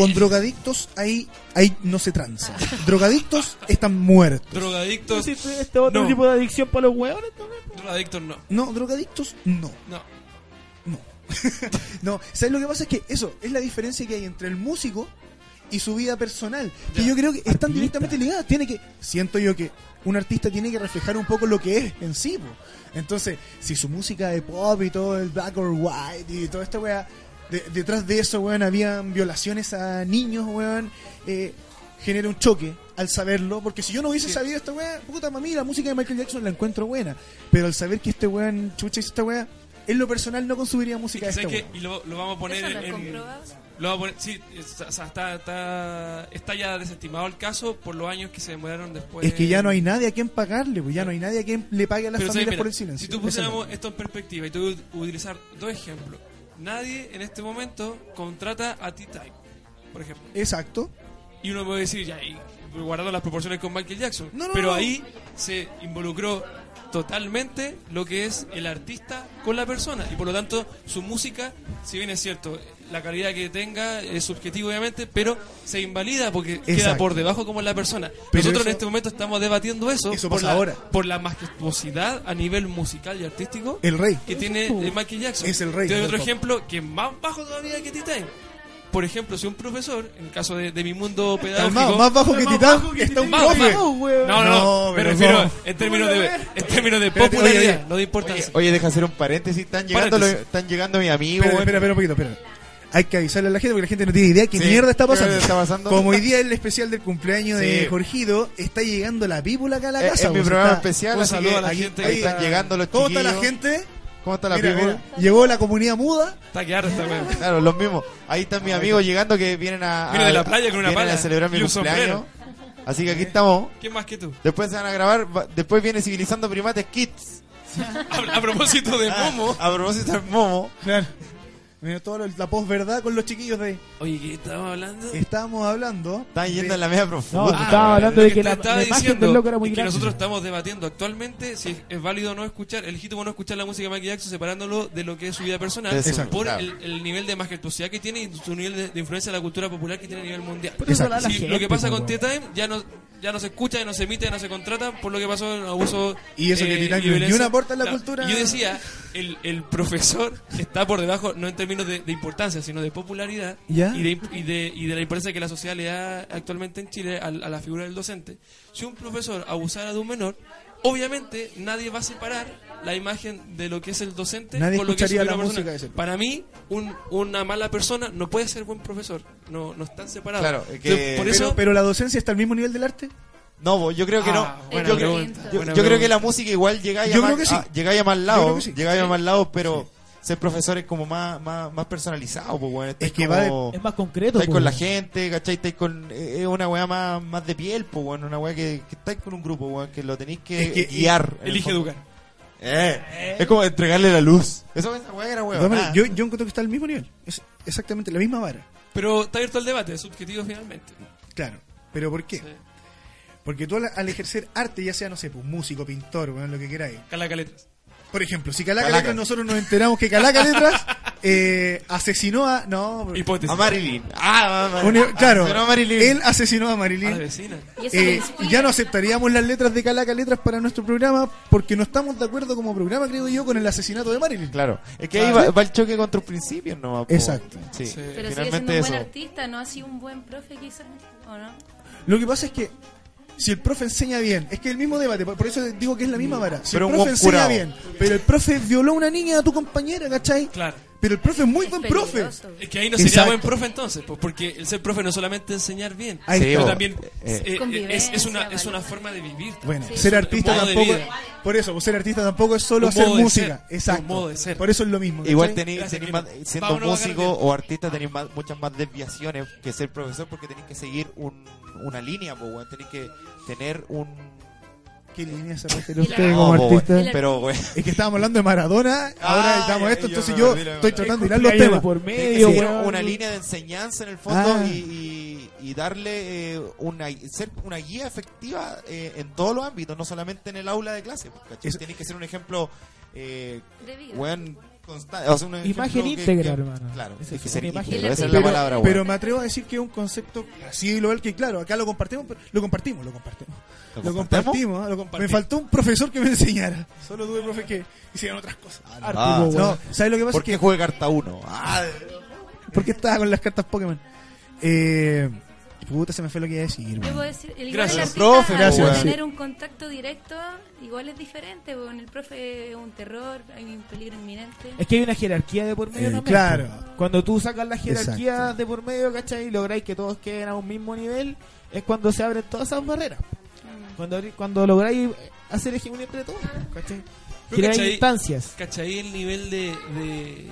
con drogadictos ahí, ahí no se tranza. Drogadictos están muertos. Drogadictos. Existe este otro No. tipo de adicción para los weones también. Drogadictos no. No, drogadictos no. No. No. no, ¿sabes lo que pasa? Es que eso es la diferencia que hay entre el músico y su vida personal. Que Ya. yo creo que están Artista. directamente ligadas. Tiene que, siento yo que un artista tiene que reflejar un poco lo que es en sí. po. Entonces, si su música de pop y todo el black or white y toda esta weá, de- detrás de eso, weón, habían violaciones a niños, weón, eh, genera un choque al saberlo. Porque si yo no hubiese Sí. sabido esta weá, puta, para mí la música de Michael Jackson la encuentro buena. Pero al saber que este weón, chucha, hizo esta weá, en lo personal no consumiría Y, música que de este esta sé que- weá. y lo, lo vamos a poner Eso no es en- en. comprobado. Lo vamos a poner. Sí, es- o sea, está, está, está ya desestimado el caso por los años que se demoraron después. Es que ya no hay nadie a quien pagarle, pues ya no hay nadie a quien le pague a las Pero, ¿sabes? familias Mira, por el silencio. Si tú Esa es la pusiéramos verdad. esto en perspectiva y tú utilizar dos ejemplos, nadie en este momento contrata a T-Type, por ejemplo. este Exacto. Y uno puede decir, ya, y guardando las proporciones con Michael Jackson. No, no, pero no. ahí se involucró totalmente lo que es el artista con la persona. Y por lo tanto, su música, si bien es cierto, la calidad que tenga es subjetivo, obviamente, pero se invalida porque queda Exacto. por debajo como la persona. Pero Nosotros en eso- este momento estamos debatiendo eso, Eso por, pasa la, ahora. por la majestuosidad a nivel musical y artístico El rey. que tiene eh, Michael Jackson. Es el rey Te doy del otro pop. ejemplo que es más bajo todavía que T-Time. Por ejemplo, si un profesor, en el caso de, de mi mundo pedagógico... Calmado, más bajo que Más Titán bajo que está un Más Titán. profe. bajo. No, weón. No, no, no, No, me pero refiero no. en términos de, en términos de Espérate, oye, popularidad, oye. no de importancia. Oye, deja hacer un paréntesis, están llegando, Paréntesis. los- están llegando mis amigos. Espera, weón. espera, espera un poquito, espera. Hay que avisarle a la gente porque la gente no tiene idea qué Sí, mierda está ¿qué mierda pasando. está pasando? Como hoy día el especial del cumpleaños de Sí. Jorgido, está llegando la pípula acá a la Eh, Es- casa. es mi pues, programa está- especial, un así saludo que a la ahí- gente ahí que están está- llegando los ¿Cómo está la chiquillos. gente? ¿Cómo está la Mira, people? mira, llegó la comunidad muda. Está que harta, weón. Claro, los mismos. Ahí están mis amigos llegando que vienen a, a- Vienen de la playa con una vienen pala a celebrar mi y un cumpleaños. sombrero. Eh. Así que aquí estamos. ¿Quién más que tú? Después se van a grabar. va- Después viene Civilizando Primates Kids. A, a propósito de Ah. Momo. A propósito del Momo. Claro. Mira, toda la posverdad con los chiquillos de ahí. Oye, ¿qué estábamos hablando? Estábamos hablando. Están yendo de- en la media No, profunda. estaba hablando lo de que te la, estaba la imagen diciendo del loco era muy es que grande. nosotros estamos debatiendo actualmente si es, es válido o no escuchar, el legítimo no escuchar la música de Michael Jackson separándolo de lo que es su vida personal De su- por claro. el, el nivel de majestuosidad que tiene y su nivel de, de influencia de la cultura popular que tiene a nivel mundial. Por eso Exacto. la Sí, gente, lo que pasa con weón. T-Time ya no, ya no se escucha, ya no se emite, ya no se contrata por lo que pasó en el abuso. eh, Y eso que T-Time y ni violencia. un aporte a la Claro, cultura. y Yo decía, el, el profesor está por debajo, no en términos de, de importancia, sino de popularidad ¿Ya? Y, de, imp- y de- y de la importancia que la sociedad le da actualmente en Chile a, a la figura del docente. Si un profesor abusara de un menor, obviamente nadie va a separar la imagen de lo que es el docente Nadie con lo que es escucharía una la persona. música de ese. Para mí, un- una mala persona no puede ser buen profesor, no, no están separados. Claro, es que- Entonces, por Pero, eso... pero la docencia está al mismo nivel del arte. No, bo, yo creo que Ah, no. buena yo, creo- pregunta, buena yo- yo creo pregunta. que la música igual llegáis a, Yo más- creo que sí. a- llegáis a más Yo lados, creo que sí. llegáis a más lados, pero ser profesor es como más, más, más personalizado, pues, weón. Estáis Es pues. que va de- como- Es más concreto. pues. estáis po, con la weón. gente, ¿cachai? Estáis con... eh, Es una weá más, más de piel, pues, weón. Una weá que, que estáis con un grupo, weón, que lo tenéis que, Es que- guiar. en el Elige fondo. educar. Eh, Es como entregarle la luz. Eso, esa weá era weón. Ah, Dame- Yo, yo encuentro que está al mismo nivel. Es exactamente la misma vara. Pero está abierto al debate, es subjetivo finalmente. Claro. ¿Pero por qué? Sí. Porque tú al, al ejercer arte, ya sea, no sé, pues, músico, pintor, bueno, lo que queráis. Cala caletas. Por ejemplo, si Calaca, Calaca. Letras, nosotros nos enteramos que Calaca Letras eh, asesinó a. No, pero- Hipótesis. A Marilyn. Ah, a Marilyn. un- e- claro, Pero a Marilyn. Ah, él asesinó a A la Marilyn. vecina. Y eso me Eh, inspira. ya no aceptaríamos las letras de Calaca Letras para nuestro programa porque no estamos de acuerdo como programa, creo yo, con el asesinato de Marilyn. Claro. Es que ahí va, va el choque contra los principios, ¿no? po? Exacto. Sí. Sí. Pero sigue siendo Finalmente un eso. buen artista, no ha sido un buen profe quizás, ¿o no? Lo que pasa es que si el profe enseña bien, es que el mismo debate, por por eso digo que es la misma vara. Si Pero un el profe buen enseña curado. bien, pero el profe violó a una niña a tu compañera, ¿cachai? Claro. Pero el profe es muy buen peligroso. profe. Es que ahí no sería Exacto. buen profe entonces, pues, porque el ser profe no es solamente enseñar bien, Ahí Sí, pero bo. está. también Eh, eh, eh, es, es una, Convivencia, es una valores. forma de vivir. Bueno, Sí. ser Es un artista modo de tampoco. vida. Por eso, pues, ser artista tampoco es solo Un hacer modo de música. ser, Exacto. un modo de ser. Por eso es lo mismo. ¿cachai? Igual tenéis, Gracias, tenéis Kino. más, siendo Vámonos, músico Bacardi. o artista tenéis más- muchas más desviaciones que ser profesor porque tenéis que seguir un- una línea, po, weón. tenéis que tener un... ¿Qué línea se refiere Y la- usted No, como po, weón. artista? Y la- Pero, weón, Es que estábamos hablando de Maradona, ahora Ah, estamos ya, esto, ya entonces me yo olvidé, me estoy olvidé. tratando de hilar los Cumpleaños de temas. por tenéis que medio, seguir weón. una línea de enseñanza en el fondo Ah. y, y- y darle eh, una, ser una guía efectiva eh, en todos los ámbitos, no solamente en el aula de clase. po, ¿cachai? Eso- Tenéis que ser un ejemplo... eh, De vida. weón, constante, o sea, un ejemplo Imagen que- íntegra, que- hermano. Claro, Es hay eso, que ser una imagen íntegro, esa es la Pero, palabra, weón. pero me atrevo a decir que es un concepto así global que, claro, acá lo compartimos, pero- lo compartimos, lo compartimos. ¿Lo Lo compartimos? compartimos, ¿eh? Lo compartimos. Me faltó un profesor que me enseñara. Solo tuve profes que hicieron otras cosas. Arte, Ah, po, weón. No, ¿sabes lo que pasa? ¿Por Es que qué juega carta 1? Ah, Porque estaba con las cartas Pokémon. Eh, puta, se me fue lo que iba a decir. man. Yo puedo decir, el Gracias, igual el profe, artista, gracias, al sí. tener un contacto directo, igual es diferente, con el profe es un terror, hay un peligro inminente. Es que hay una jerarquía de por medio Eh, también, claro. po. Cuando tú sacas la jerarquía Exacto. de por medio, ¿cachai? Y lográis que todos queden a un mismo nivel, es cuando se abren todas esas barreras. Cuando, abrí- cuando lográis hacer hegemonía entre todos, ¿cachai? Pero, Creáis ¿cachai? instancias. ¿Cachai el nivel de, de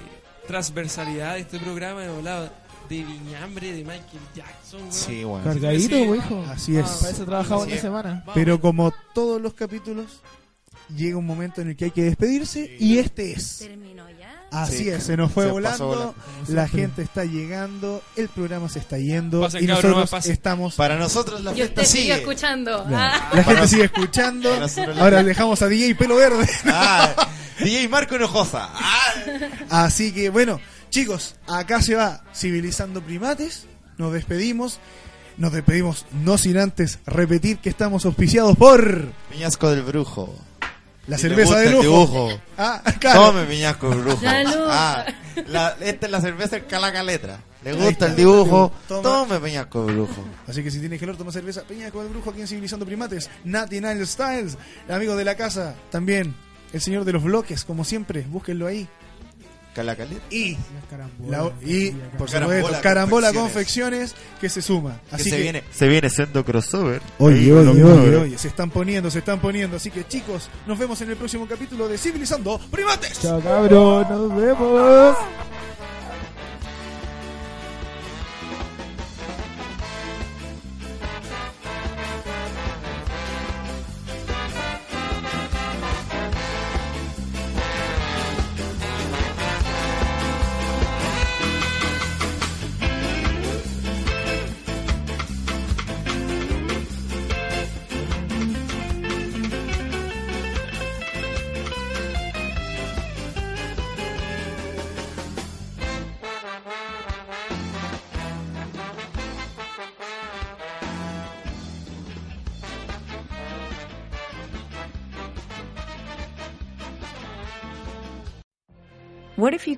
transversalidad de este programa? Hemos hablado de Viñambre, de Michael Jackson. weón. sí, weón. Cargadito, Sí. po, hijo. Así Ah, es. para eso trabajaba Así una es. semana. Vamos. Pero como todos los capítulos, llega un momento en el que hay que despedirse y este es. Terminó ya. Así Sí. es, se nos fue Se pasó volando, volando. la gente está llegando, el programa se está yendo Pasen, y cabrón, nosotros nomás pasen. estamos... Para nosotros la Y fiesta usted sigue sigue. escuchando. Ah, La gente sigue escuchando. Para nosotros la- Ahora dejamos a DJ Pelo Verde. Ah, DJ Marco Enojosa. Ah, Así que bueno, chicos, acá se va Civilizando Primates. Nos despedimos. Nos despedimos no sin antes repetir que estamos auspiciados por Piñasco del Brujo. la Si cerveza de te gusta el lujo. dibujo, Ah, claro. Tome Piñasco del Brujo. Salud. Ah, la- esta es la cerveza del Calaca Letra. Le Ahí está. gusta el dibujo. Toma. Tome Piñasco del Brujo. Así que si tienes calor, toma cerveza. Peña con el brujo aquí en Civilizando Primates. Natty Nile Styles, el amigo de la casa. También el señor de los bloques, como siempre. Búsquenlo ahí. Calaca Letra. Y, Las la- carambolas, y las por Carambola supuesto, Carambola Confecciones que se suma. Que Así se, viene, se viene siendo crossover. Ahí Oye, oye, con oye, los oye, números. oye, se están poniendo, se están poniendo. Así que chicos, nos vemos en el próximo capítulo de Civilizando Primates. Chao, cabrón. Nos vemos. What if you